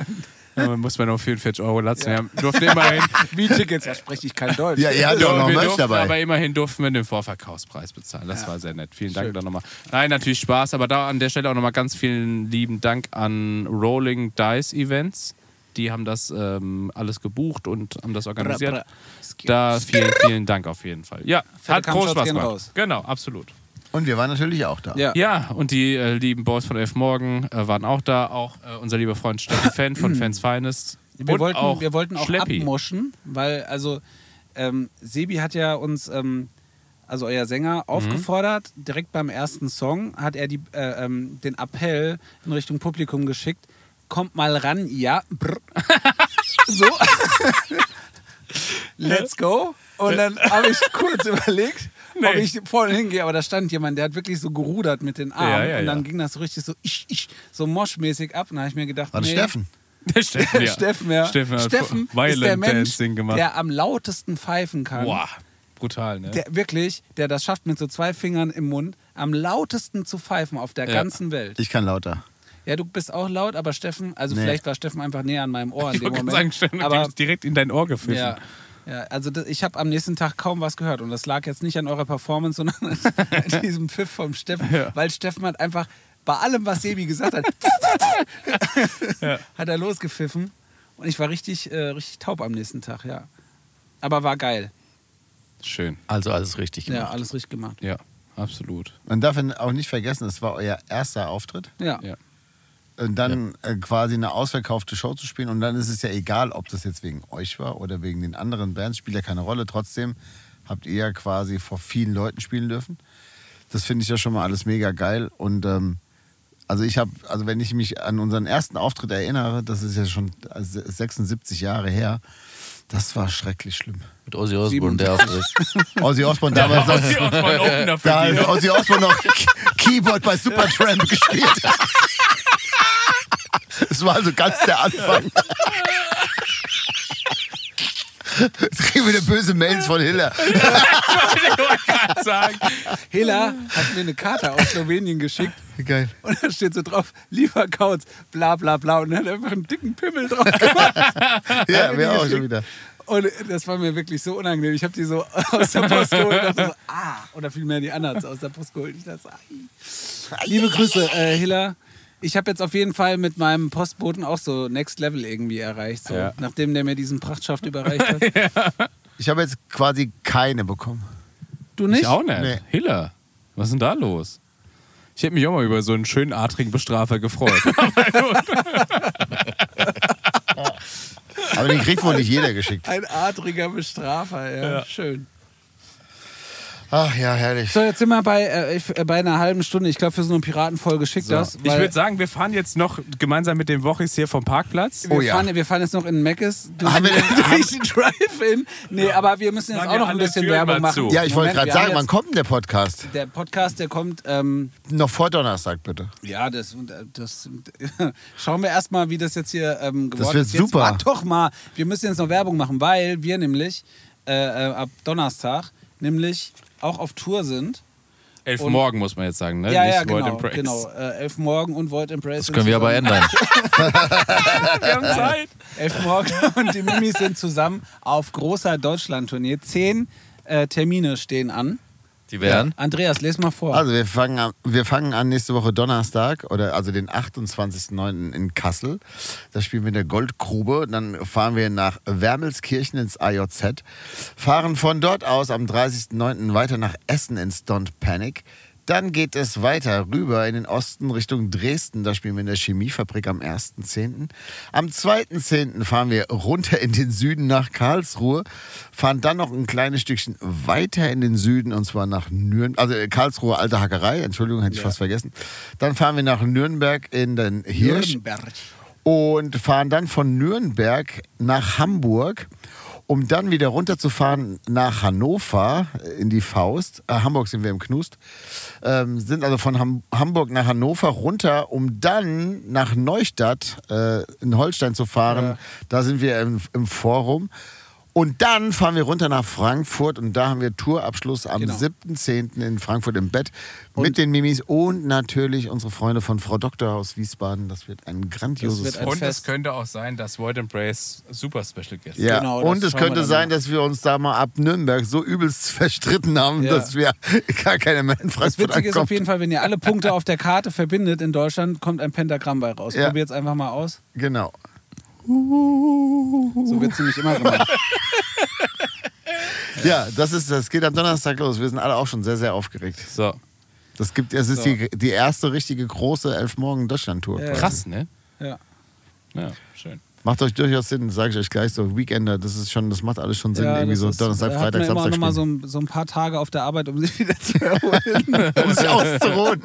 B: Ja, muss man noch 44 Euro latzen. Ja. Wir durften immerhin,
A: Wie Tickets? Ja, spreche ich kein Deutsch.
C: Ja, ihr hattet auch noch
B: wir
C: Merch
B: durften, aber
C: dabei.
B: immerhin durften wir den Vorverkaufspreis bezahlen. Das war sehr nett. Vielen Dank da nochmal. Nein, natürlich Spaß, aber da an der Stelle auch nochmal ganz vielen lieben Dank an Rolling Dice Events. Die haben das ähm, alles gebucht und haben das organisiert. Da vielen, vielen Dank auf jeden Fall. Ja,
A: Fette
B: hat groß
A: Kampfshots
B: Spaß
A: gehen
B: gemacht.
A: raus.
B: Genau, absolut.
C: Und wir waren natürlich auch da.
A: Ja.
B: Ja, und die äh, lieben Boys von Elf Morgen äh, waren auch da. Auch äh, unser lieber Freund Stefan Fan von Fans Finest.
A: Wir
B: und
A: wollten
B: auch,
A: auch, wir wollten auch
B: Schleppi.
A: abmuschen, weil also ähm, Sebi hat ja uns, ähm, also euer
B: Mhm.
A: Sänger, aufgefordert, direkt beim ersten Song hat er die, äh, ähm, den Appell in Richtung Publikum geschickt, kommt mal ran, ja, brr. so, let's go. Und dann habe ich kurz überlegt, ob
B: Nee.
A: ich vorne hingehe, aber da stand jemand, der hat wirklich so gerudert mit den Armen
B: Ja, ja,
A: und dann
B: ja.
A: ging das so richtig so, ich, ich, so moschmäßig ab und da habe ich mir gedacht,
C: War das
A: nee,
C: Steffen?
B: Der Steffen, ja.
A: Steffen, ja.
B: Steffen hat
A: Steffen
B: vor- Violent
A: ist der Mensch,
B: Dancing gemacht.
A: der am lautesten pfeifen kann.
B: Boah, brutal, ne?
A: Der wirklich, der das schafft mit so zwei Fingern im Mund, am lautesten zu pfeifen auf der
B: Ja.
A: ganzen Welt.
C: Ich kann lauter.
A: Ja, du bist auch laut, aber Steffen, also
C: Nee.
A: vielleicht war Steffen einfach näher an meinem Ohr in
B: ich
A: dem
B: wollte gerade
A: Moment.
B: sagen, Steffen hat
A: aber
B: ihm direkt in dein Ohr gepfiffen.
A: ja, ja, also das, ich habe am nächsten Tag kaum was gehört und das lag jetzt nicht an eurer Performance, sondern an diesem Pfiff vom Steffen,
B: Ja.
A: weil Steffen hat einfach bei allem, was Sebi gesagt hat, hat er losgepfiffen und ich war richtig, äh, richtig taub am nächsten Tag, ja. Aber war geil.
B: Schön.
E: Also alles richtig
A: Ja, alles richtig gemacht.
B: Ja, absolut.
C: Man darf auch nicht vergessen, es war euer erster Auftritt.
A: Ja.
B: Ja.
C: Und dann äh, quasi eine ausverkaufte Show zu spielen. Und dann ist es ja egal, ob das jetzt wegen euch war oder wegen den anderen Bands, spielt ja keine Rolle. Trotzdem habt ihr ja quasi vor vielen Leuten spielen dürfen. Das finde ich ja schon mal alles mega geil. Und ähm, also ich habe, also wenn ich mich an unseren ersten Auftritt erinnere, das ist ja schon äh, 76 Jahre her, das war schrecklich schlimm.
E: Mit Ozzy Osbourne, der Auftritt.
C: Ozzy Osbourne damals.
B: Aus die Osman Opener für
C: Da
B: die.
C: hat Ozzy Osbourne noch K- Keyboard bei Supertramp gespielt. Das war also ganz der Anfang. Jetzt kriegen wir wieder böse Mails von Hiller.
B: Ich wollte gerade sagen.
A: Hela hat mir eine Karte aus Slowenien geschickt
C: Geil.
A: und da steht so drauf, lieber Kauz, bla bla bla und er hat einfach einen dicken Pimmel drauf gemacht.
C: Ja, wir auch
A: geschickt.
C: schon wieder.
A: Und das war mir wirklich so unangenehm. Ich habe die so aus der Post geholt und dachte so, ah, oder vielmehr die anderen hat's aus der Post geholt. Ich dachte, so, ai. Liebe Grüße, äh, Hilla. Ich habe jetzt auf jeden Fall mit meinem Postboten auch so Next Level irgendwie erreicht, so,
B: Ja.
A: nachdem der mir diesen Prachtschaft überreicht hat.
C: Ich habe jetzt quasi keine bekommen.
A: Du nicht?
B: Ich auch nicht.
C: Nee.
B: Hiller, was ist denn da los? Ich hätte mich auch mal über so einen schönen adrigen Bestrafer gefreut.
C: Aber den kriegt wohl nicht jeder geschickt.
A: Ein adriger Bestrafer, ja. Schön.
C: Ach ja, herrlich.
A: So, jetzt sind wir bei, äh, f- äh, bei einer halben Stunde. Ich glaube, für so eine Piratenfolge schickt das.
B: ich
A: weil
B: würde sagen, wir fahren jetzt noch gemeinsam mit den Wochis hier vom Parkplatz.
A: wir,
C: Oh ja.
A: fahren, wir fahren jetzt noch in Meckes durch
C: Haben wir denn-
A: durch den Drive-In. Nee, aber wir müssen jetzt
B: Machen
A: auch
B: wir
A: noch ein
B: alle
A: bisschen
B: Türen
A: Werbung
B: mal
A: machen.
B: zu.
C: Ja, ich wollte
A: Moment,
C: gerade
A: wir
C: sagen,
A: haben
C: wann kommt denn der Podcast?
A: jetzt- Der Podcast, der kommt, ähm,
C: Noch vor Donnerstag, bitte.
A: ja, das, äh, das schauen wir erstmal, wie das jetzt hier ähm, geworden
C: wird
A: ist. Jetzt
C: super.
A: wart doch mal, wir müssen jetzt noch Werbung machen, weil wir nämlich äh, äh, ab Donnerstag nämlich auch auf Tour sind.
B: Elf
A: Und-
B: morgen, muss man jetzt sagen, ne?
A: Ja,
B: Nicht
A: ja,
B: World
A: genau.
B: Embrace.
A: genau. Äh, Elf Morgen und Void Embrace.
G: Das können wir aber ändern.
B: Wir haben Zeit.
A: Elf Morgen und die Mimis sind zusammen auf großer Deutschland-Tournee. Zehn äh, Termine stehen an.
G: Die wären.
A: Andreas, les mal vor.
C: Also wir fangen, an, wir fangen an nächste Woche Donnerstag, oder also den 28.09. in Kassel. Da spielen wir in der Goldgrube. Dann fahren wir nach Wermelskirchen ins AJZ, fahren von dort aus am 30.09. weiter nach Essen ins Don't Panic. Dann geht es weiter rüber in den Osten Richtung Dresden. Da spielen wir in der Chemiefabrik am 1.10. Am 2.10. fahren wir runter in den Süden nach Karlsruhe, fahren dann noch ein kleines Stückchen weiter in den Süden und zwar nach Nürnberg, also äh, Karlsruhe, alte Hackerei, Entschuldigung, hätte ich fast vergessen. Dann fahren wir nach Nürnberg in den Hirsch
A: Nürnberg.
C: und fahren dann von Nürnberg nach Hamburg, um dann wieder runterzufahren nach Hannover äh, in die Faust. Äh, Hamburg sind wir im Knust. Ähm, sind also von Ham Hamburg nach Hannover runter, um dann nach Neustadt äh, in Holstein zu fahren. Da sind wir im, im Forum. Und dann fahren wir runter nach Frankfurt und da haben wir Tourabschluss am
A: Genau.
C: 7.10. in Frankfurt im Bett mit den Mimis und natürlich unsere Freunde von Frau Doktor aus Wiesbaden. Das wird ein grandioses
A: Das wird ein
B: Und es
A: Fest.
B: könnte auch sein, dass Void Embrace super special Guest
C: ja,
A: Genau, das
C: und es
A: schauen wir
C: könnte
A: dann
C: sein,
A: mal.
C: dass wir uns da mal ab Nürnberg so übelst verstritten haben,
A: Ja.
C: dass wir gar keine mehr in
A: Das
C: Frankfurt
A: Witzige ist auf
C: ankommen.
A: jeden Fall, wenn ihr alle Punkte auf der Karte verbindet in Deutschland, kommt ein Pentagramm bei raus.
C: Ja.
A: Probiert's einfach mal aus.
C: Genau.
A: So wird's nämlich immer gemacht.
C: Ja, das ist das geht am Donnerstag los. Wir sind alle auch schon sehr sehr aufgeregt.
B: So.
C: Das gibt es ist die, die erste richtige große elf Morgen Deutschland Tour.
A: Ja.
B: Krass, ne?
A: Ja.
B: Ja, schön.
C: Macht euch durchaus Sinn, sage ich euch gleich so Weekender, das ist schon das macht alles schon Sinn
A: Ja,
C: irgendwie
A: das
C: so
A: ist-
C: Donnerstag,
A: da hat
C: Freitag,
A: man immer
C: Samstag.
A: noch mal so,
C: spielen.
A: ein- so ein paar Tage auf der Arbeit, um sich wieder zu erholen.
C: um sich auszuruhen.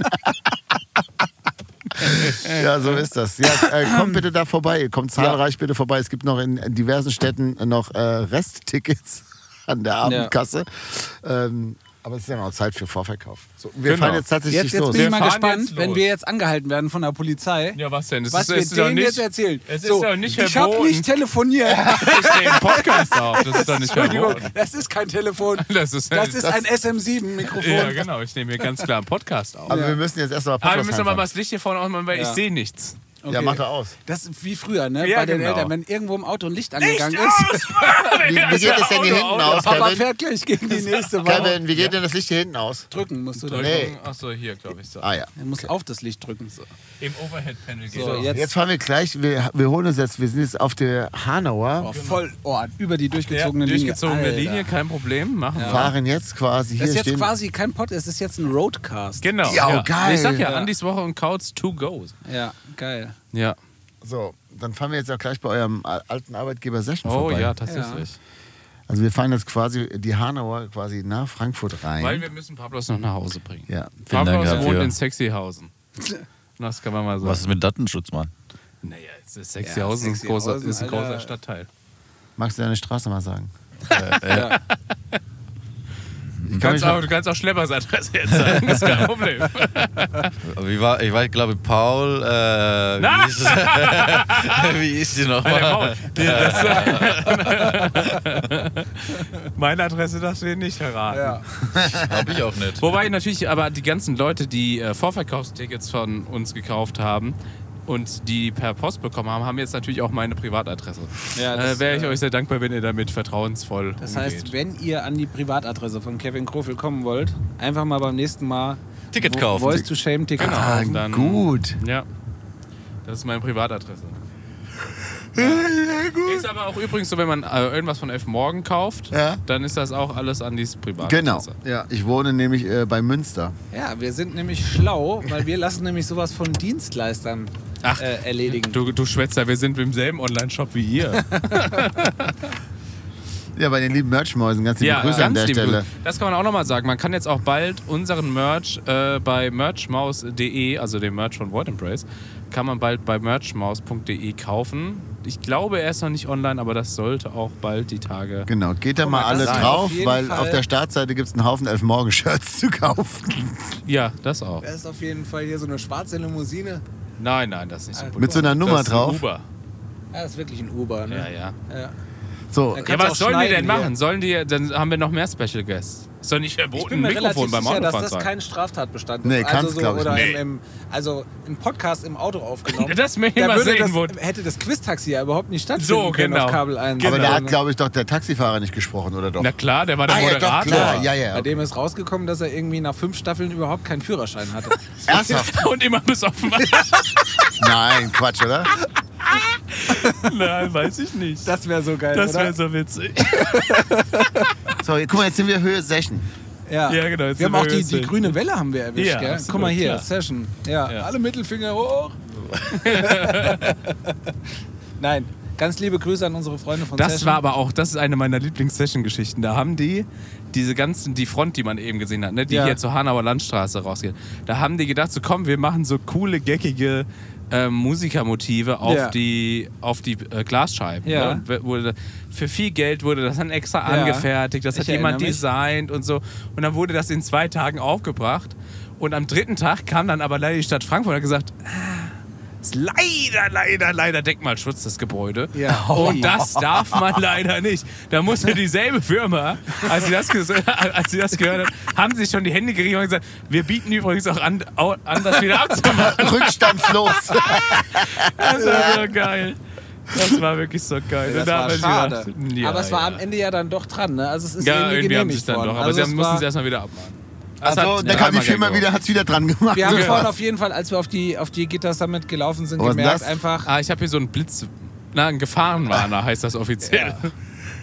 C: ja, so ist das. Ja, äh,
A: Ähm.
C: kommt bitte da vorbei. Kommt zahlreich bitte vorbei. Es gibt noch in diversen Städten noch äh, Resttickets an der Abendkasse. Ähm, aber es ist ja noch Zeit für Vorverkauf. So, wir
B: Genau.
C: fahren jetzt tatsächlich
A: Jetzt, jetzt
C: los.
A: bin ich mal
B: Wir fahren
A: gespannt,
B: jetzt
A: wenn
B: los.
A: wir jetzt angehalten werden von der Polizei.
B: Ja, was denn? Es
A: was
B: ist- es ist
A: wir
B: doch
A: denen
B: nicht-
A: jetzt erzählen.
B: es ist
A: so,
B: doch nicht
A: ich habe
B: verboten.
A: nicht telefoniert.
B: Ich nehme einen Podcast auf. Das ist doch nicht
A: Entschuldigung,
B: verboten.
A: das ist kein Telefon.
B: Das ist-
A: das ist
B: das-
A: ein SM7-Mikrofon.
B: Ja, genau. Ich nehme hier ganz klar einen Podcast auf.
C: Aber wir müssen jetzt
A: Ah,
C: erstmal
B: Aber wir
C: Podcast
B: müssen noch mal
C: reinfahren.
B: das Licht hier vorne ausmachen, weil
A: Ja.
B: ich sehe nichts.
C: Ja,
A: Okay.
C: mach doch aus.
A: Das ist wie früher, ne?
B: Ja,
A: Bei den
B: genau.
A: Eltern, wenn irgendwo im Auto ein Licht angegangen ist.
C: Wie, wie geht es denn hier hinten aus,
A: Papa
C: Kevin?
A: fährt gleich gegen die nächste Wand.
C: Kevin, wie geht denn das Licht hier hinten aus?
A: Drücken musst du da.
C: Nee.
B: Achso, hier, glaube ich. So.
C: Ah ja.
A: Er muss auf das Licht drücken. So,
B: Im Overhead-Panel geht
A: so
B: es.
A: jetzt,
C: Jetzt fahren wir gleich, wir, wir holen uns jetzt, wir sind jetzt auf der
A: oh,
C: Hanauer,
A: voll oh, über die
B: Ja,
A: durchgezogene Linie.
B: durchgezogene
A: Alter.
B: Linie, kein Problem. Machen wir.
C: fahren jetzt quasi hier
A: Das ist jetzt
C: stehen.
A: quasi kein Pod, es ist jetzt ein Roadcast.
B: Genau.
C: Ja, oh, geil.
B: Ich sag ja,
A: Ja.
B: Andys Woche und Couch to go.
A: ja, geil.
B: Ja.
C: So, dann fahren wir jetzt auch gleich bei eurem al- alten Arbeitgeber Session
B: Oh
C: vorbei.
B: ja, tatsächlich.
C: Also wir fahren jetzt quasi die Hanauer quasi nach Frankfurt rein.
B: Weil wir müssen Pablos noch nach Hause bringen.
C: ja.
G: Vielen Dank
B: Pablos wohnt
G: dafür.
B: in Sexyhausen. Das kann man mal sagen.
G: Was ist mit Datenschutz, Mann?
B: Naja, es ist Sexyhausen ist ein großer,
A: Sexyhausen,
B: ist ein
A: Alter.
B: großer Stadtteil.
C: Magst du deine Straße mal sagen?
A: Ja.
C: Ich
B: Du
C: kann mich
B: kannst, auch,
C: noch,
B: du kannst auch Schleppers Adresse jetzt sagen, das ist kein Problem.
G: Wie war, ich war, glaube ich, Paul. Äh, wie,
B: Na?
G: hieß es- wie ist die
B: Der
G: nochmal?
B: Maul. Das- Meine Adresse darfst du hier nicht verraten.
A: Ja.
G: Hab ich auch nicht.
B: Wobei natürlich aber die ganzen Leute, die äh, Vorverkaufstickets von uns gekauft haben und die per Post bekommen haben, haben jetzt natürlich auch meine Privatadresse.
A: Ja, das,
B: äh, Wäre ich
A: äh,
B: euch sehr dankbar, wenn ihr damit vertrauensvoll
A: Das
B: umgeht.
A: heißt, wenn ihr an die Privatadresse von Kevin Krofel kommen wollt, einfach mal beim nächsten Mal
G: Ticket
A: Vo-
G: kaufen.
A: Voice to Shame Ticket
B: Genau.
A: kaufen.
B: dann-
C: gut.
B: Ja. Das ist meine Privatadresse. Ist aber auch übrigens so, wenn man äh, irgendwas von Elf Morgen kauft,
C: Ja.
B: dann ist das auch alles an die
C: Genau.
B: Privatadresse.
C: Ja, ich wohne nämlich äh, bei Münster.
A: Ja, wir sind nämlich schlau, weil wir lassen nämlich sowas von Dienstleistern
B: Ach.
A: äh,
C: Genau.
A: erledigen.
B: Du, du Schwätzer, wir sind im selben Online-Shop wie ihr.
C: Ja, bei den lieben Merchmäusen. Ganz liebe Grüße an der
B: liebe
C: Stelle.
B: Grüße. Das kann man auch nochmal sagen. Man kann jetzt auch bald unseren Merch äh, bei merchmaus.de, also den Merch von Void Embrace, kann man bald bei merchmaus.de kaufen. Ich glaube, er ist noch nicht online, aber das sollte auch bald die Tage.
C: Genau, geht da mal
A: mal,
C: alle
A: das ist
C: drauf,
A: auf jeden
C: weil
A: Fall-
C: auf der Startseite gibt es einen Haufen Elf-Morgen-Shirts zu kaufen.
B: Ja, das auch.
A: Das ist auf jeden Fall hier so eine schwarze Limousine.
B: Nein, nein, das ist nicht so gut.
C: Mit so einer Nummer
B: das ist ein
C: drauf.
B: Uber.
A: Ja, das ist wirklich ein Uber,
B: Ja,
A: ne?
B: ja.
A: Ja, ja.
C: So,
A: Da
B: Ja,
A: kannst du auch
B: was sollen die
A: schneiden
B: denn
A: hier.
B: machen? Sollen die, dann haben wir noch mehr Special Guests. Ist doch nicht
A: Ich
B: verboten,
A: bin
B: Oh, ein
A: mir
B: Mikrofon
A: relativ
B: beim
A: sicher, dass
B: Autofahren zu
A: das
B: halten.
A: kein Straftatbestand
C: Nee,
A: ist.
C: kann's,
A: also
C: glaub ich,
A: oder
B: nicht.
A: im, im, also ein Podcast im Auto aufgenommen.
B: Das möchte ich
A: Da
B: mal
A: würde
B: sehen,
A: das,
B: wo-
A: hätte das Quiz-Taxi ja überhaupt nicht stattfinden
B: So,
A: können auf
B: genau.
A: Kabel 1.
C: Aber
A: Sondern-
C: da hat, glaube ich, doch der Taxifahrer nicht gesprochen, oder doch?
B: Na klar, der war der
C: Ah, ja, doch,
B: Moderator.
C: klar. Ja, ja.
A: Bei dem ist rausgekommen, dass er irgendwie nach fünf Staffeln überhaupt keinen Führerschein hatte.
C: Ernsthaft?
B: Und immer besoffen war.
C: Nein, Quatsch, oder?
B: Nein, weiß ich nicht.
A: Das wäre so geil,
B: Das
A: oder?
B: wäre so witzig.
C: Sorry, guck mal, jetzt sind wir Höhe Sechen.
A: Ja,
B: Ja, genau, jetzt
A: Wir haben
B: sind
A: auch
B: wir
A: die,
B: jetzt
A: die
B: drin.
A: grüne Welle haben wir erwischt,
B: Ja,
A: gell?
B: absolut,
A: Guck mal hier,
B: klar.
A: Session. Ja,
B: Ja.
A: alle Mittelfinger hoch. Nein, ganz liebe Grüße an unsere Freunde von
B: Das
A: Session.
B: war aber auch, das ist eine meiner Lieblings-Session-Geschichten. Da haben die diese ganzen, die Front, die man eben gesehen hat, ne, die
A: Ja.
B: hier zur Hanauer Landstraße rausgeht, da haben die gedacht, so komm, wir machen so coole, geckige ähm, Musikermotive auf
A: Ja.
B: die, auf die äh, Glasscheiben.
A: Ja.
B: Ne? Und wer- wurde, für viel Geld wurde das dann extra
A: Ja.
B: angefertigt, das
A: Ich
B: hat jemand
A: erinnere mich.
B: designt und so. Und dann wurde das in zwei Tagen aufgebracht. Und am dritten Tag kam dann aber leider die Stadt Frankfurt und hat gesagt, ist leider, leider, leider Denkmalschutz, das Gebäude.
A: Ja.
B: Und das darf man leider nicht. Da musste dieselbe Firma, als sie das, ges- als sie das gehört hat, haben sie schon die Hände gerieben und gesagt, wir bieten übrigens auch an, au- an das wieder abzumachen.
C: Rückstandslos.
B: Das war so geil. Das war wirklich so geil.
A: das
B: Und da
A: war
B: haben sie
A: schade.
B: gedacht, ja,
A: aber es war
B: ja.
A: am Ende ja dann doch dran, ne? Also es ist
B: Ja,
A: irgendwie,
B: irgendwie haben sie es
A: genehmigt
B: dann
A: worden.
B: doch, aber
A: also
B: sie haben,
A: es
B: mussten
A: war-
B: es erstmal wieder abmachen. Das
C: Also,
B: hat
C: da kam die
B: dreimal
C: Firma
B: gedauert.
C: wieder, hat's wieder dran gemacht.
A: wir haben
B: Ja.
A: vorhin auf jeden Fall, als wir auf die, auf die Gitter Summit gelaufen sind,
C: Was ist
A: gemerkt,
C: das?
A: einfach
B: Ah, ich habe hier so einen Blitz. Na, ein Gefahrenwarner heißt das offiziell.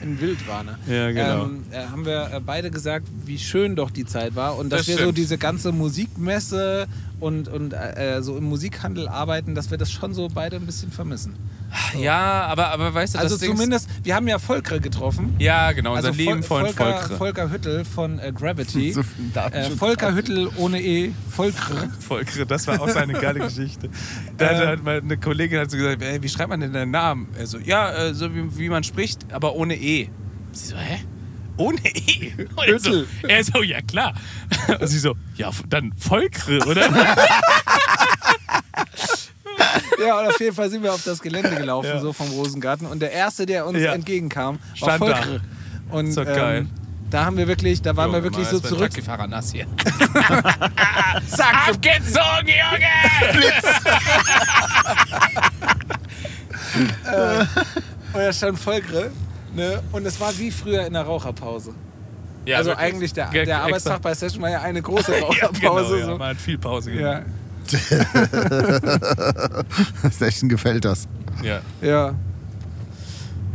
A: in Wildwane.
B: Ja, genau.
A: Ähm, äh, haben wir äh, beide gesagt, wie schön doch die Zeit war und dass
B: Das
A: wir so
B: stimmt.
A: diese ganze Musikmesse und, und äh, äh, so im Musikhandel arbeiten, dass wir das schon so beide ein bisschen vermissen.
B: Ja, aber, aber weißt du,
A: Also
B: das Ding ist-
A: zumindest, wir haben ja Volker getroffen.
B: Ja, genau, unser
A: Also
B: Leben
A: Vol-
B: von
A: Volker,
B: Volkre.
A: Volker Hüttel von äh, Gravity. äh, Volker Hüttel ohne E, Volker.
B: Volkre, das war auch so eine geile Geschichte. Da
A: Ähm.
B: hat- da hat mal eine Kollegin hat so gesagt, "Ey, wie schreibt man denn deinen Namen? Er so, ja, äh, so wie, wie man spricht, aber ohne E. Sie so, hä? Ohne E? Und er so,
A: Hüttel.
B: er so, ja klar. Und sie so, ja, dann Volkre, oder?
A: Ja, und auf jeden Fall sind wir auf das Gelände gelaufen, so vom Rosengarten. Und der Erste, der uns
B: Ja.
A: entgegenkam, war
B: Stand
A: Volker. Und
B: Ist doch geil.
A: Ähm, da haben wir wirklich, da waren wir
B: Junge,
A: wirklich
B: Mann,
A: so
B: ist mein
A: zurück.
B: Taxifahrer nass hier. Zack, abgezogen, Junge!
A: Und da stand Volker. Ne? Und es war wie früher in der Raucherpause.
B: Ja,
A: also
B: wirklich.
A: eigentlich der,
B: Ge-
A: der Arbeitstag
B: exakt.
A: bei Session war ja eine große
B: ja, genau,
A: Raucherpause.
B: ja, man hat viel Pause
A: so. ja.
B: gemacht.
C: Sechen gefällt das.
B: Ja.
A: ja.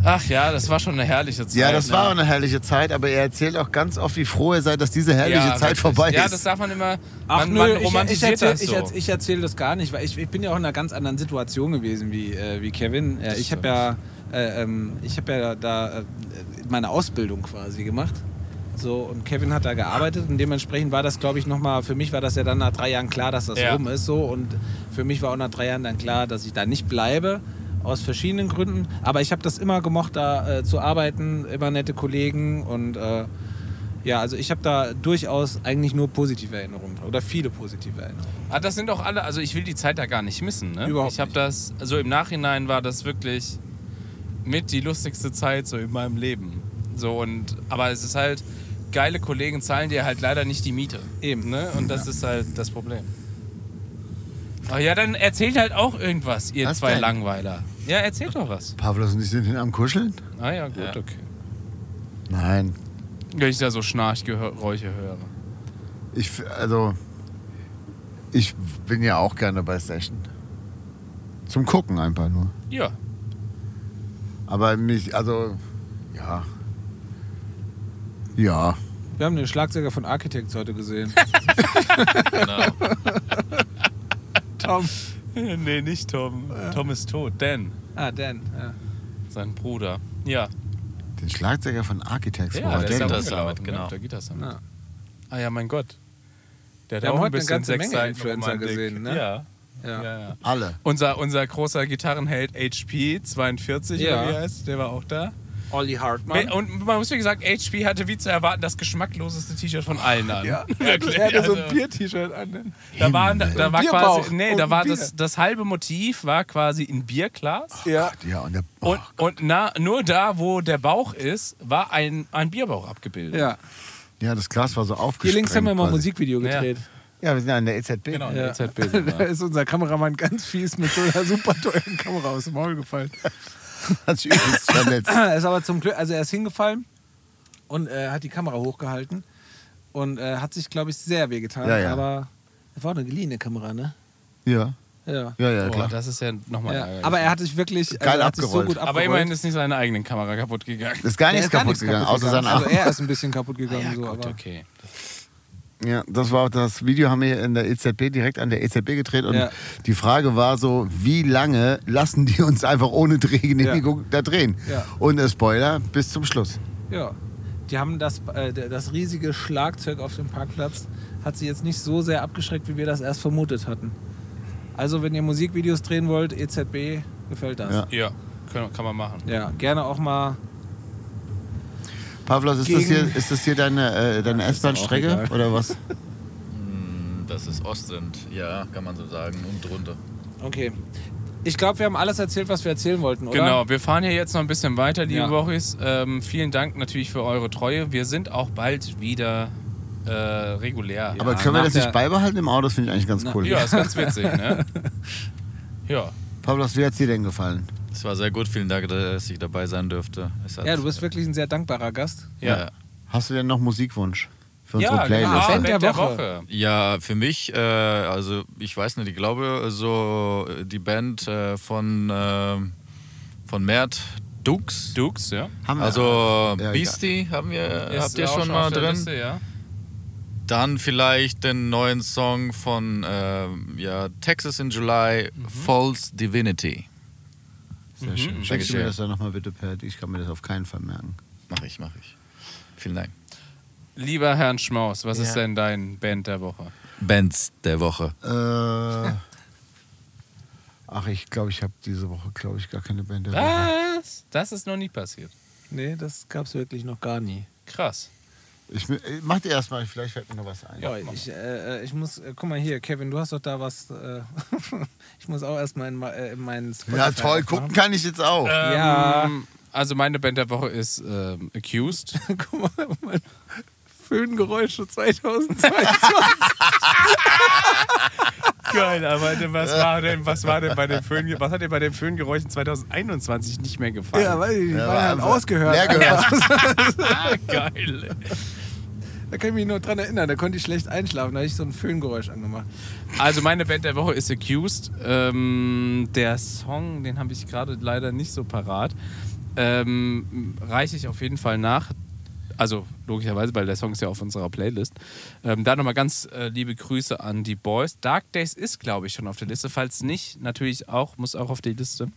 B: Ach ja, das war schon eine herrliche Zeit.
C: Ja, das
B: ne?
C: war eine herrliche Zeit, aber ihr erzählt auch ganz oft, wie froh ihr seid, dass diese herrliche
B: Ja,
C: Zeit
B: wirklich.
C: vorbei
B: Ja, das
C: ist.
B: darf man immer.
A: Ach
B: man,
A: nö,
B: man
A: ich, ich
B: romantisiert
A: erzähle
B: das so.
A: ich, ich erzähl das gar nicht, weil ich, ich bin ja auch in einer ganz anderen Situation gewesen wie, äh, wie Kevin. Äh, ich habe ja, äh, ähm, ich hab ja da äh, meine Ausbildung quasi gemacht. So, und Kevin hat da gearbeitet und dementsprechend war das, glaube ich, nochmal, für mich war das ja dann nach drei Jahren klar, dass das
B: Ja.
A: rum ist. So, und für mich war auch nach drei Jahren dann klar, dass ich da nicht bleibe. Aus verschiedenen Gründen. Aber ich habe das immer gemocht, da äh, zu arbeiten, immer nette Kollegen und äh, ja, also ich habe da durchaus eigentlich nur positive Erinnerungen oder viele positive Erinnerungen.
B: ah, das sind auch alle. Also ich will die Zeit da gar nicht missen. Ne?
A: Überhaupt
B: ich habe
A: nicht.
B: das. Also im Nachhinein war das wirklich mit die lustigste Zeit so in meinem Leben. So und aber es ist halt geile Kollegen zahlen dir halt leider nicht die Miete.
A: Eben.
B: Ne? Und das ist halt das Problem. Ach ja, dann erzählt halt auch irgendwas, ihr
C: Was
B: zwei
C: denn?
B: Langweiler. Ja, erzählt doch was.
C: Pavlos und ich sind hin am Kuscheln?
B: Ah ja, gut, okay.
C: Nein.
B: Wenn ich da so Schnarchgeräusche höre.
C: Ich, f- also, ich bin ja auch gerne bei Session. Zum Gucken einfach nur.
B: Ja.
C: Aber mich, also, ja. Ja.
A: Wir haben den Schlagzeuger von Architects heute gesehen. Tom.
B: nee, nicht Tom. Tom ist tot. Dan,
A: Ah, Dan. Ja.
B: sein Bruder. Ja.
C: Den Schlagzeuger von Architects. wo
B: Ja,
C: war
B: der
C: der
B: ist ja
C: denn?
G: Gitter Summit, genau.
B: Der Gitter Summit.
A: Ja.
B: Ah ja, mein Gott. Der hat
A: Wir haben
B: auch ein
A: heute eine
B: bisschen
A: ganze Menge
B: Sexseiten-
A: Influencer
B: Romantik.
A: gesehen, ne?
B: Ja.
A: Ja.
B: Ja. Ja,
C: Alle.
B: Unser, unser großer Gitarrenheld HP 42,
A: Ja.
B: oder wie er heißt, der war auch da.
A: Olli Hartmann.
B: Und man muss wie gesagt, HP hatte wie zu erwarten das geschmackloseste T-Shirt von allen an. Ja, wirklich.
A: Er hatte so
B: also-
A: ein Bier-T-Shirt an. ne?
B: Da war, da, da war
A: Bierbauch
B: quasi, nee,
A: und
B: da war
A: Bier.
B: das, das halbe Motiv war quasi in Bierglas.
A: Ja.
C: Ja, und der. Oh,
B: Und, und na, nur da, wo der Bauch ist, war ein, ein Bierbauch abgebildet.
A: Ja.
C: Ja, das Glas war so
H: Hier
C: aufgesprengt.
H: links haben wir mal ein
C: quasi.
H: Musikvideo gedreht.
C: Ja, wir sind ja in der E EZB.
B: Genau,
H: Ja.
B: ja. EZB sogar.
A: Da ist unser Kameramann ganz fies mit so einer super teuren Kamera aus dem Maul gefallen.
C: Hat sich übelst verletzt.
A: Er ist aber zum Glück, also er ist hingefallen und äh, hat die Kamera hochgehalten und äh, hat sich, glaube ich, sehr wehgetan.
C: Ja, ja.
A: Aber das war auch eine geliehene Kamera, ne?
C: Ja,
A: Ja.
C: ja, ja,
B: Boah,
C: klar.
B: Oh, das ist ja nochmal
A: ja.
B: ärgerlich.
A: Aber er hat sich wirklich also,
C: Geil
A: er hat sich so
C: abgerollt.
A: gut abgerollt.
B: Aber immerhin ist nicht seine eigene Kamera kaputt gegangen.
C: ist gar
A: Er
C: nichts
A: ist gar
C: kaputt
A: nichts
C: gegangen, außer
A: gegangen.
C: seinen Arm.
A: Also er ist ein bisschen kaputt gegangen. so, aber
B: okay.
C: Ja, das war das Video, haben wir in der EZB direkt an der EZB gedreht und
A: Ja.
C: die Frage war so, wie lange lassen die uns einfach ohne Drehgenehmigung da drehen?
A: Ja.
C: Und äh, Spoiler, bis zum Schluss.
A: Ja. Die haben das, äh, d- das riesige Schlagzeug auf dem Parkplatz hat sie jetzt nicht so sehr abgeschreckt, wie wir das erst vermutet hatten. Also, wenn ihr Musikvideos drehen wollt, EZB, gefällt das.
C: Ja.
A: Ja,
B: Ja, kann, kann man machen.
A: gerne auch mal.
C: Pavlos, ist, das
A: Gegen-
C: hier, ist das hier deine, äh, deine S-Bahn-Strecke oder was?
E: Das ist Ostend, ja, kann man so sagen, und drunter.
A: Okay. Ich glaube, wir haben alles erzählt, was wir erzählen wollten, oder?
B: Genau, wir fahren hier jetzt noch ein bisschen weiter, liebe
A: Ja.
B: Wochis. Ähm, vielen Dank natürlich für eure Treue. Wir sind auch bald wieder äh, regulär.
C: Aber können wir
A: nach
C: das nicht
A: der-
C: beibehalten im Auto? Das finde ich eigentlich ganz cool.
B: ja, ist ganz witzig, ne? Ja.
C: Pavlos, wie hat es dir denn gefallen?
E: Es war sehr gut, vielen Dank, dass ich dabei sein durfte. Es hat-
A: Ja, du bist wirklich ein sehr dankbarer Gast.
B: Ja,
C: Hast du denn noch Musikwunsch für unsere
B: ja
C: Playlist?
B: genau.
A: Band der
B: Band der
A: Woche.
B: Woche.
E: Ja, für mich, äh, also ich weiß nicht, ich glaube, so äh, die Band äh, von, ähm, von Mert, Dux.
B: Dukes, ja.
C: Haben wir-
E: Also
C: Ja, egal.
E: Beastie haben wir, habt
B: Ist
E: ihr
B: auch
E: schon
B: auf
E: mal
B: der
E: drin.
B: Liste, ja.
E: Dann vielleicht den neuen Song von ähm, ja, Texas in July, False Divinity.
C: Sehr schön. Schickst du
E: Dankeschön.
C: mir das dann nochmal bitte per... Ich kann mir das auf keinen Fall merken.
E: Mach ich, mach ich. Vielen Dank.
B: Lieber Herrn Schmaus, was ist denn dein Band der Woche?
E: Bands der Woche.
C: Äh, ach, ich glaube, ich habe diese Woche, glaube ich, gar keine Band.
A: Ah!
C: dabei.
B: Was? Das ist noch nie passiert.
A: Nee, das gab's wirklich noch gar nie.
B: Krass.
C: Ich, äh, mach dir erstmal, vielleicht fällt mir noch was ein.
A: Ja, ich, äh, äh, ich muss, äh, guck mal hier, Kevin, du hast doch da was. Äh, ich muss auch erstmal in, ma- äh, in meinen Spotify
C: Ja, toll,
A: aufmachen.
C: gucken kann ich jetzt auch.
A: Äh, Ja,
B: Ähm, Also meine Band der Woche ist ähm, Accused.
A: guck mal, mein Föhngeräusche 2022.
B: Geil, aber was war denn, was war denn bei den Föhn, was hat dir bei den Föhngeräuschen 2021 nicht mehr gefallen?
A: ja, weiß ich nicht,
C: Ja,
A: war halt
C: einfach
A: ausgehört.
C: leer gehört.
B: ah, geil.
A: Da kann ich mich nur dran erinnern, da konnte ich schlecht einschlafen, da habe ich so ein Föhngeräusch angemacht.
B: Also meine Band der Woche ist Accused. Ähm, der Song, den habe ich gerade leider nicht so parat. Ähm, reiche ich auf jeden Fall nach. Also logischerweise, weil der Song ist ja auf unserer Playlist. Ähm, da nochmal ganz äh, liebe Grüße an die Boys. Dark Days ist, glaube ich, schon auf der Liste. Falls nicht, natürlich auch, muss auch auf die Liste.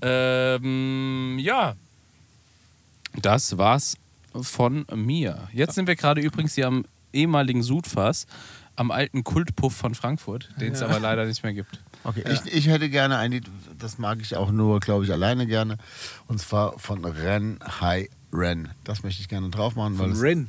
B: Ähm, ja, das war's von mir. Jetzt sind wir gerade übrigens hier am ehemaligen Sudfass, am alten Kultpuff von Frankfurt, den es aber leider nicht mehr gibt.
C: Okay, ich, ich hätte gerne ein Lied, das mag ich auch nur, glaube ich, alleine gerne. Und zwar von Ren High Ren. Das möchte ich gerne drauf machen. Weil
A: Von
C: es-
A: Rin.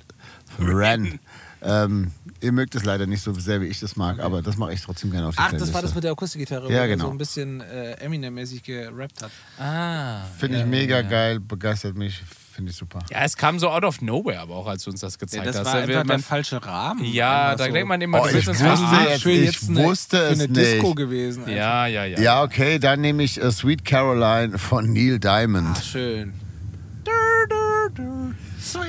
C: Von Ren. ähm, ihr mögt es leider nicht so sehr, wie ich das mag, aber das mache ich trotzdem gerne auf die
A: Ach, das war das
C: Playliste.
A: mit der Akustikgitarre, wo
C: Ja,
A: er
C: genau.
A: so ein bisschen äh, Eminem-mäßig gerappt hat.
B: Ah.
C: Finde ich mega geil, begeistert mich, finde ich super.
B: Ja, es kam so out of nowhere, aber auch als du uns das gezeigt hast. Da wird man-
A: falsche Rahmen. Ah,
B: ja, da denkt man immer,
C: Oh,
B: du willst
C: ich
B: uns
C: wusste
B: verarschen.
C: jetzt-
A: für
C: ich wusste
A: eine,
C: es
A: für eine Disco
C: nicht.
A: gewesen. einfach.
B: Ja, ja, ja.
C: Ja, okay, dann nehme ich äh, Sweet Caroline von Neil Diamond.
A: Schön.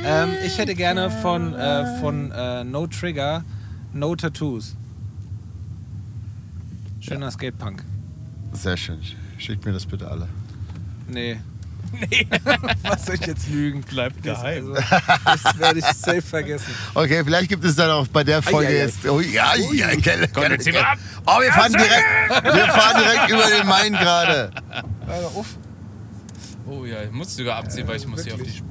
A: Ähm, ich hätte gerne von, äh, von äh, No Trigger No Tattoos. Schöner Skatepunk.
B: Ah.
C: Sehr schön. Schickt mir das bitte alle.
A: Nee. Was soll ich jetzt lügen? Bleibt geheim. das werde ich safe vergessen.
C: Okay, vielleicht gibt es dann auch bei der Folge
A: Eieiei.
C: jetzt. Oh, ja, ja, Kelle.
B: Komm, jetzt ziehen wir ab.
C: Oh, wir fahren direkt, wir fahren direkt über den Main gerade.
B: Oh ja, ich muss sogar abziehen, weil ich muss hier auf die Spur.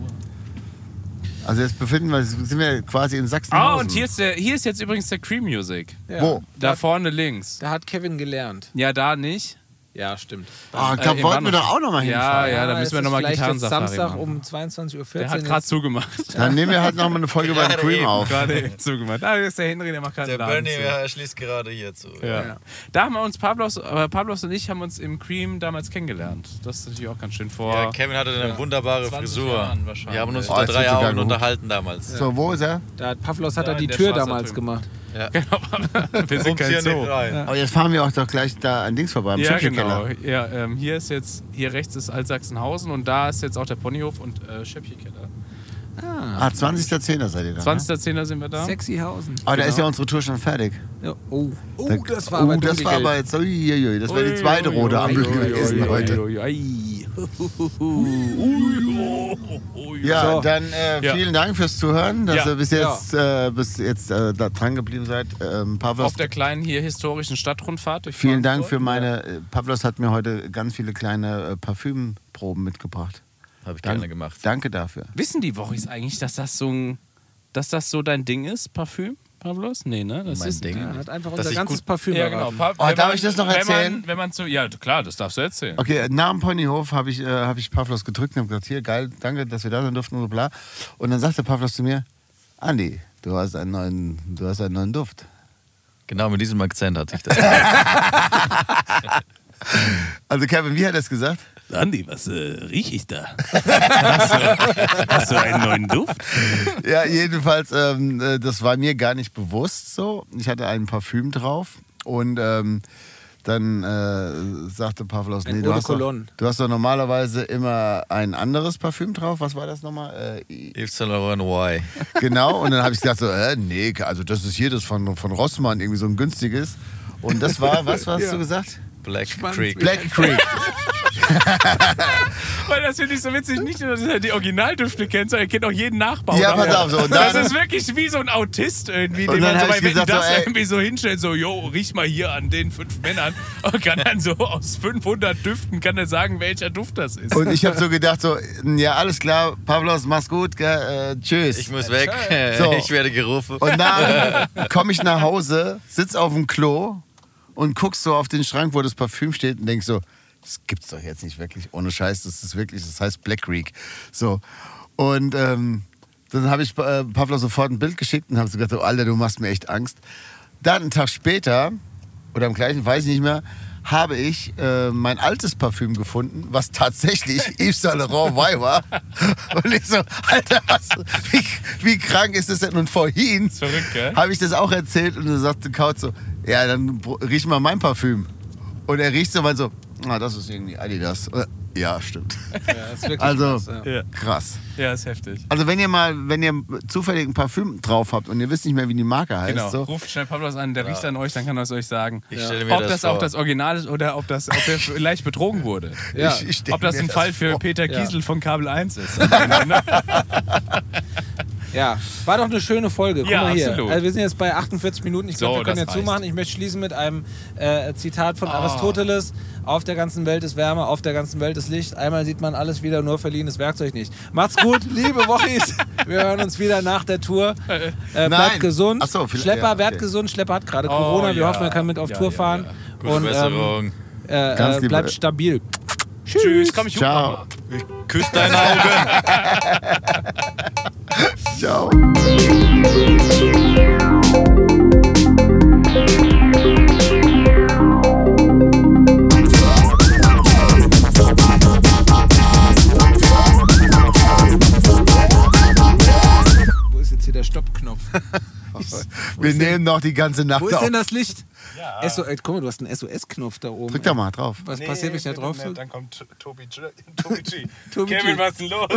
C: Also jetzt befinden wir, sind wir quasi in Sachsen.
B: Ah, und hier ist, der, hier ist jetzt übrigens der Cream Music.
A: Ja.
C: Wo?
B: Da vorne links.
A: Da hat Kevin gelernt.
B: Ja, da nicht.
A: Ja, stimmt. Ah,
C: Ah, da
B: Äh, in
C: wollten wir
B: Warnow-
C: doch auch nochmal
B: Ja,
C: hinfahren.
B: ja, da müssen wir nochmal Gitarrensafari
A: Samstag
B: machen.
A: um 22.14 Uhr.
B: Der hat gerade zugemacht.
C: Dann nehmen wir halt nochmal eine Folge beim
I: Gerade
C: Cream
I: eben.
C: auf.
B: Gerade eben zugemacht. Ah, das ist der Henry, der macht gerade
I: Der
B: einen Laden
I: Bernie
B: zu.
I: ja, schließt gerade hier zu.
B: Ja.
A: Ja.
B: Da haben wir uns, Pablos, aber Pablos und ich haben uns im Cream damals kennengelernt. Das ist natürlich auch ganz schön vor.
I: Ja, Kevin hatte eine wunderbare
B: 20
I: Frisur.
B: Jahren wahrscheinlich.
I: Wir haben uns
C: Oh,
I: vor
C: jetzt
I: drei
C: wird sogar
I: Jahren
C: gehupt.
I: unterhalten damals.
C: So, wo ist er?
A: Da hat Pavlos hat
B: Da
A: da
B: in
A: die
B: der
A: Tür
B: Straße
A: damals
B: drüben.
A: gemacht.
B: wir sind
I: Kommt
B: kein
I: hier
B: Zoo.
I: nicht rein.
C: Aber Oh, jetzt fahren wir auch doch gleich da an Dings vorbei, am
B: Ja, genau.
C: Schöpfchenkeller.
B: Ja, ähm, hier ist jetzt, hier rechts ist Altsachsenhausen und da ist jetzt auch der Ponyhof und äh, Schöpfchenkeller.
C: Ah, 20.10. seid ihr da. Ne?
B: 20.10. sind wir da.
A: Sexyhausen.
C: Aber Oh, Ah, da ist
B: Genau.
C: ja unsere Tour schon fertig.
A: Ja. Oh. oh,
B: Uh,
C: Da-
A: das war
C: oh,
A: aber
C: das war
A: dunkelgelb.
C: aber jetzt. Uiuiui, das wäre die zweite
B: Ui, ui,
C: rote
B: ui,
C: Ampel
B: ui,
C: gewesen
B: ui,
C: heute.
B: ui, ui, ui.
C: Ja,
A: So.
C: dann äh,
B: Ja.
C: vielen Dank fürs Zuhören, dass
B: Ja.
C: ihr bis jetzt, äh, bis jetzt äh, da dran geblieben seid. Ähm, Pavlos,
B: Auf der kleinen hier historischen Stadtrundfahrt. durch
C: vielen Dank für
B: Frankfurt.
C: meine. Äh, Pavlos hat mir heute ganz viele kleine äh, Parfümproben mitgebracht.
E: Habe ich
C: Dann-
E: gerne gemacht.
C: Danke dafür.
B: Wissen die Wochis eigentlich, dass das so ein, dass das so dein Ding ist, Parfüm? Pablos? Nee, ne? Das
E: Mein
B: ist
E: Ding.
A: Er hat einfach
E: Dass
A: unser
E: ich
A: ganzes Parfüm
B: Ja, genau.
A: verraten.
B: Pa-
C: Oh,
B: wenn
C: darf ich das noch
B: Wenn
C: erzählen?
B: man, wenn man zu, ja, klar, das darfst du erzählen.
C: Okay, nach dem Ponyhof habe ich, äh, hab ich Pavlos gedrückt und habe gesagt, hier, geil, danke, dass wir da sein durften und so bla. Und dann sagte Pavlos zu mir, Andi, du hast einen neuen, du hast einen neuen Duft.
E: Genau mit diesem Akzent hatte ich das.
C: Also Kevin, wie hat er es gesagt?
B: Andi, was äh, riech ich da? hast, du, einen neuen Duft?
C: ja, jedenfalls, ähm, äh, das war mir gar nicht bewusst so. Ich hatte ein Parfüm drauf und ähm, dann äh, sagte Pavlos,
A: Ein
C: nee,
A: Eau
C: du
A: de
C: hast, doch,
A: Cologne.
C: du hast doch normalerweise immer ein anderes Parfüm drauf. Was war das nochmal? Äh, I-
E: Yves Saint Laurent Y.
C: genau. Und dann habe ich gesagt so, äh, nee, also das ist hier das von, von Rossmann, irgendwie so ein günstiges. Und das war, was hast du gesagt?
E: Black Creek.
C: Black Creek.
B: Weil das finde ich so witzig, nicht nur, dass er die Originaldüfte kennt, sondern er kennt auch jeden Nachbau.
C: Ja, pass
B: davon.
C: auf, so, und
B: das
C: dann-
B: ist wirklich wie so ein Autist irgendwie,
C: Und
B: den
C: dann
B: man so
C: hab
B: bei
C: ich
B: Wetten,
C: gesagt,
B: das
C: so, ey-
B: irgendwie so hinstellt, so, jo, riech mal hier an den fünf Männern und kann dann so aus 500 Düften kann er sagen, welcher Duft das ist.
C: Und ich habe so gedacht so, ja alles klar, Pavlos, mach's gut, gell, äh, tschüss.
E: Ich muss weg.
C: So.
E: Ich werde gerufen.
C: Und dann komme ich nach Hause, sitz auf dem Klo und guck so auf den Schrank, wo das Parfüm steht und denk so, das gibt's doch jetzt nicht wirklich, ohne Scheiß, das ist wirklich, das heißt Black Creek. So. Und ähm, dann habe ich äh, Pavlo sofort ein Bild geschickt und habe so gedacht, oh, Alter, du machst mir echt Angst. Dann einen Tag später, oder am gleichen, weiß ich nicht mehr, habe ich äh, mein altes Parfüm gefunden, was tatsächlich Yves Saint Laurent Y war. Und ich so, Alter, was, wie, wie krank ist das denn? Und vorhin
B: verrückt, gell?
C: habe ich das auch erzählt und dann sagte Kaut so, ja, dann br- riech mal mein Parfüm. Und er riecht so mal so, ah, das ist irgendwie Adidas. Äh, Ja, stimmt.
A: Ja, das ist wirklich
C: Also,
A: krass, ja.
B: ja.
C: krass.
B: ja, ist heftig.
C: Also wenn ihr mal, wenn ihr zufällig ein Parfüm drauf habt und ihr wisst nicht mehr, wie die Marke heißt,
B: Genau,
C: so,
B: ruft schnell Pablos an, der riecht an euch, dann kann er es euch sagen.
E: Ich stelle mir
B: Ob
E: das,
B: das,
E: vor.
B: auch das Original ist oder ob, das, ob er vielleicht betrogen wurde.
A: Ja.
C: ich, ich stell
B: Ob das
C: mir
B: ein Fall für
C: vor.
B: Peter
A: Ja.
B: Kiesel von Kabel 1 ist.
A: ja, war doch eine schöne Folge. Guck
B: Ja,
A: mal hier.
B: absolut.
A: Also wir sind jetzt bei 48 Minuten. Ich glaube,
B: So,
A: wir können
B: das
A: jetzt
B: reicht. Ah.
A: zumachen. Ich möchte schließen mit einem äh, Zitat von Aristoteles. Auf der ganzen Welt ist Wärme, auf der ganzen Welt ist Licht. Einmal sieht man alles wieder, nur verliehenes Werkzeug nicht. Macht's gut, liebe Wochis. Wir hören uns wieder nach der Tour. Äh, bleibt gesund.
C: Ach so, vielleicht-
A: Schlepper,
C: ja,
A: werd
C: okay.
A: gesund. Schlepper hat gerade
B: Oh,
A: Corona. Wir
B: ja.
A: hoffen, er kann mit auf
B: Ja,
A: Tour
B: ja,
A: fahren.
E: Gute
A: Und ähm,
E: Besserung.
C: Ganz
A: äh, äh,
C: liebe-
A: bleibt stabil.
B: Tschüss, komm ich
C: Ciao.
E: Küss dein Auge.
C: Ciao.
A: Wo ist jetzt hier der Stoppknopf?
C: Wir nehmen noch die ganze Nacht
A: Wo ist
C: auf.
A: denn das Licht? SO, äh, guck mal, du hast einen SOS-Knopf da oben.
C: Drück da mal drauf.
A: Was passiert, wenn ich da drauf drücke?
B: Dann kommt Tobi G. Tobi G.
A: Tobi G.
B: Kevin, was ist denn los?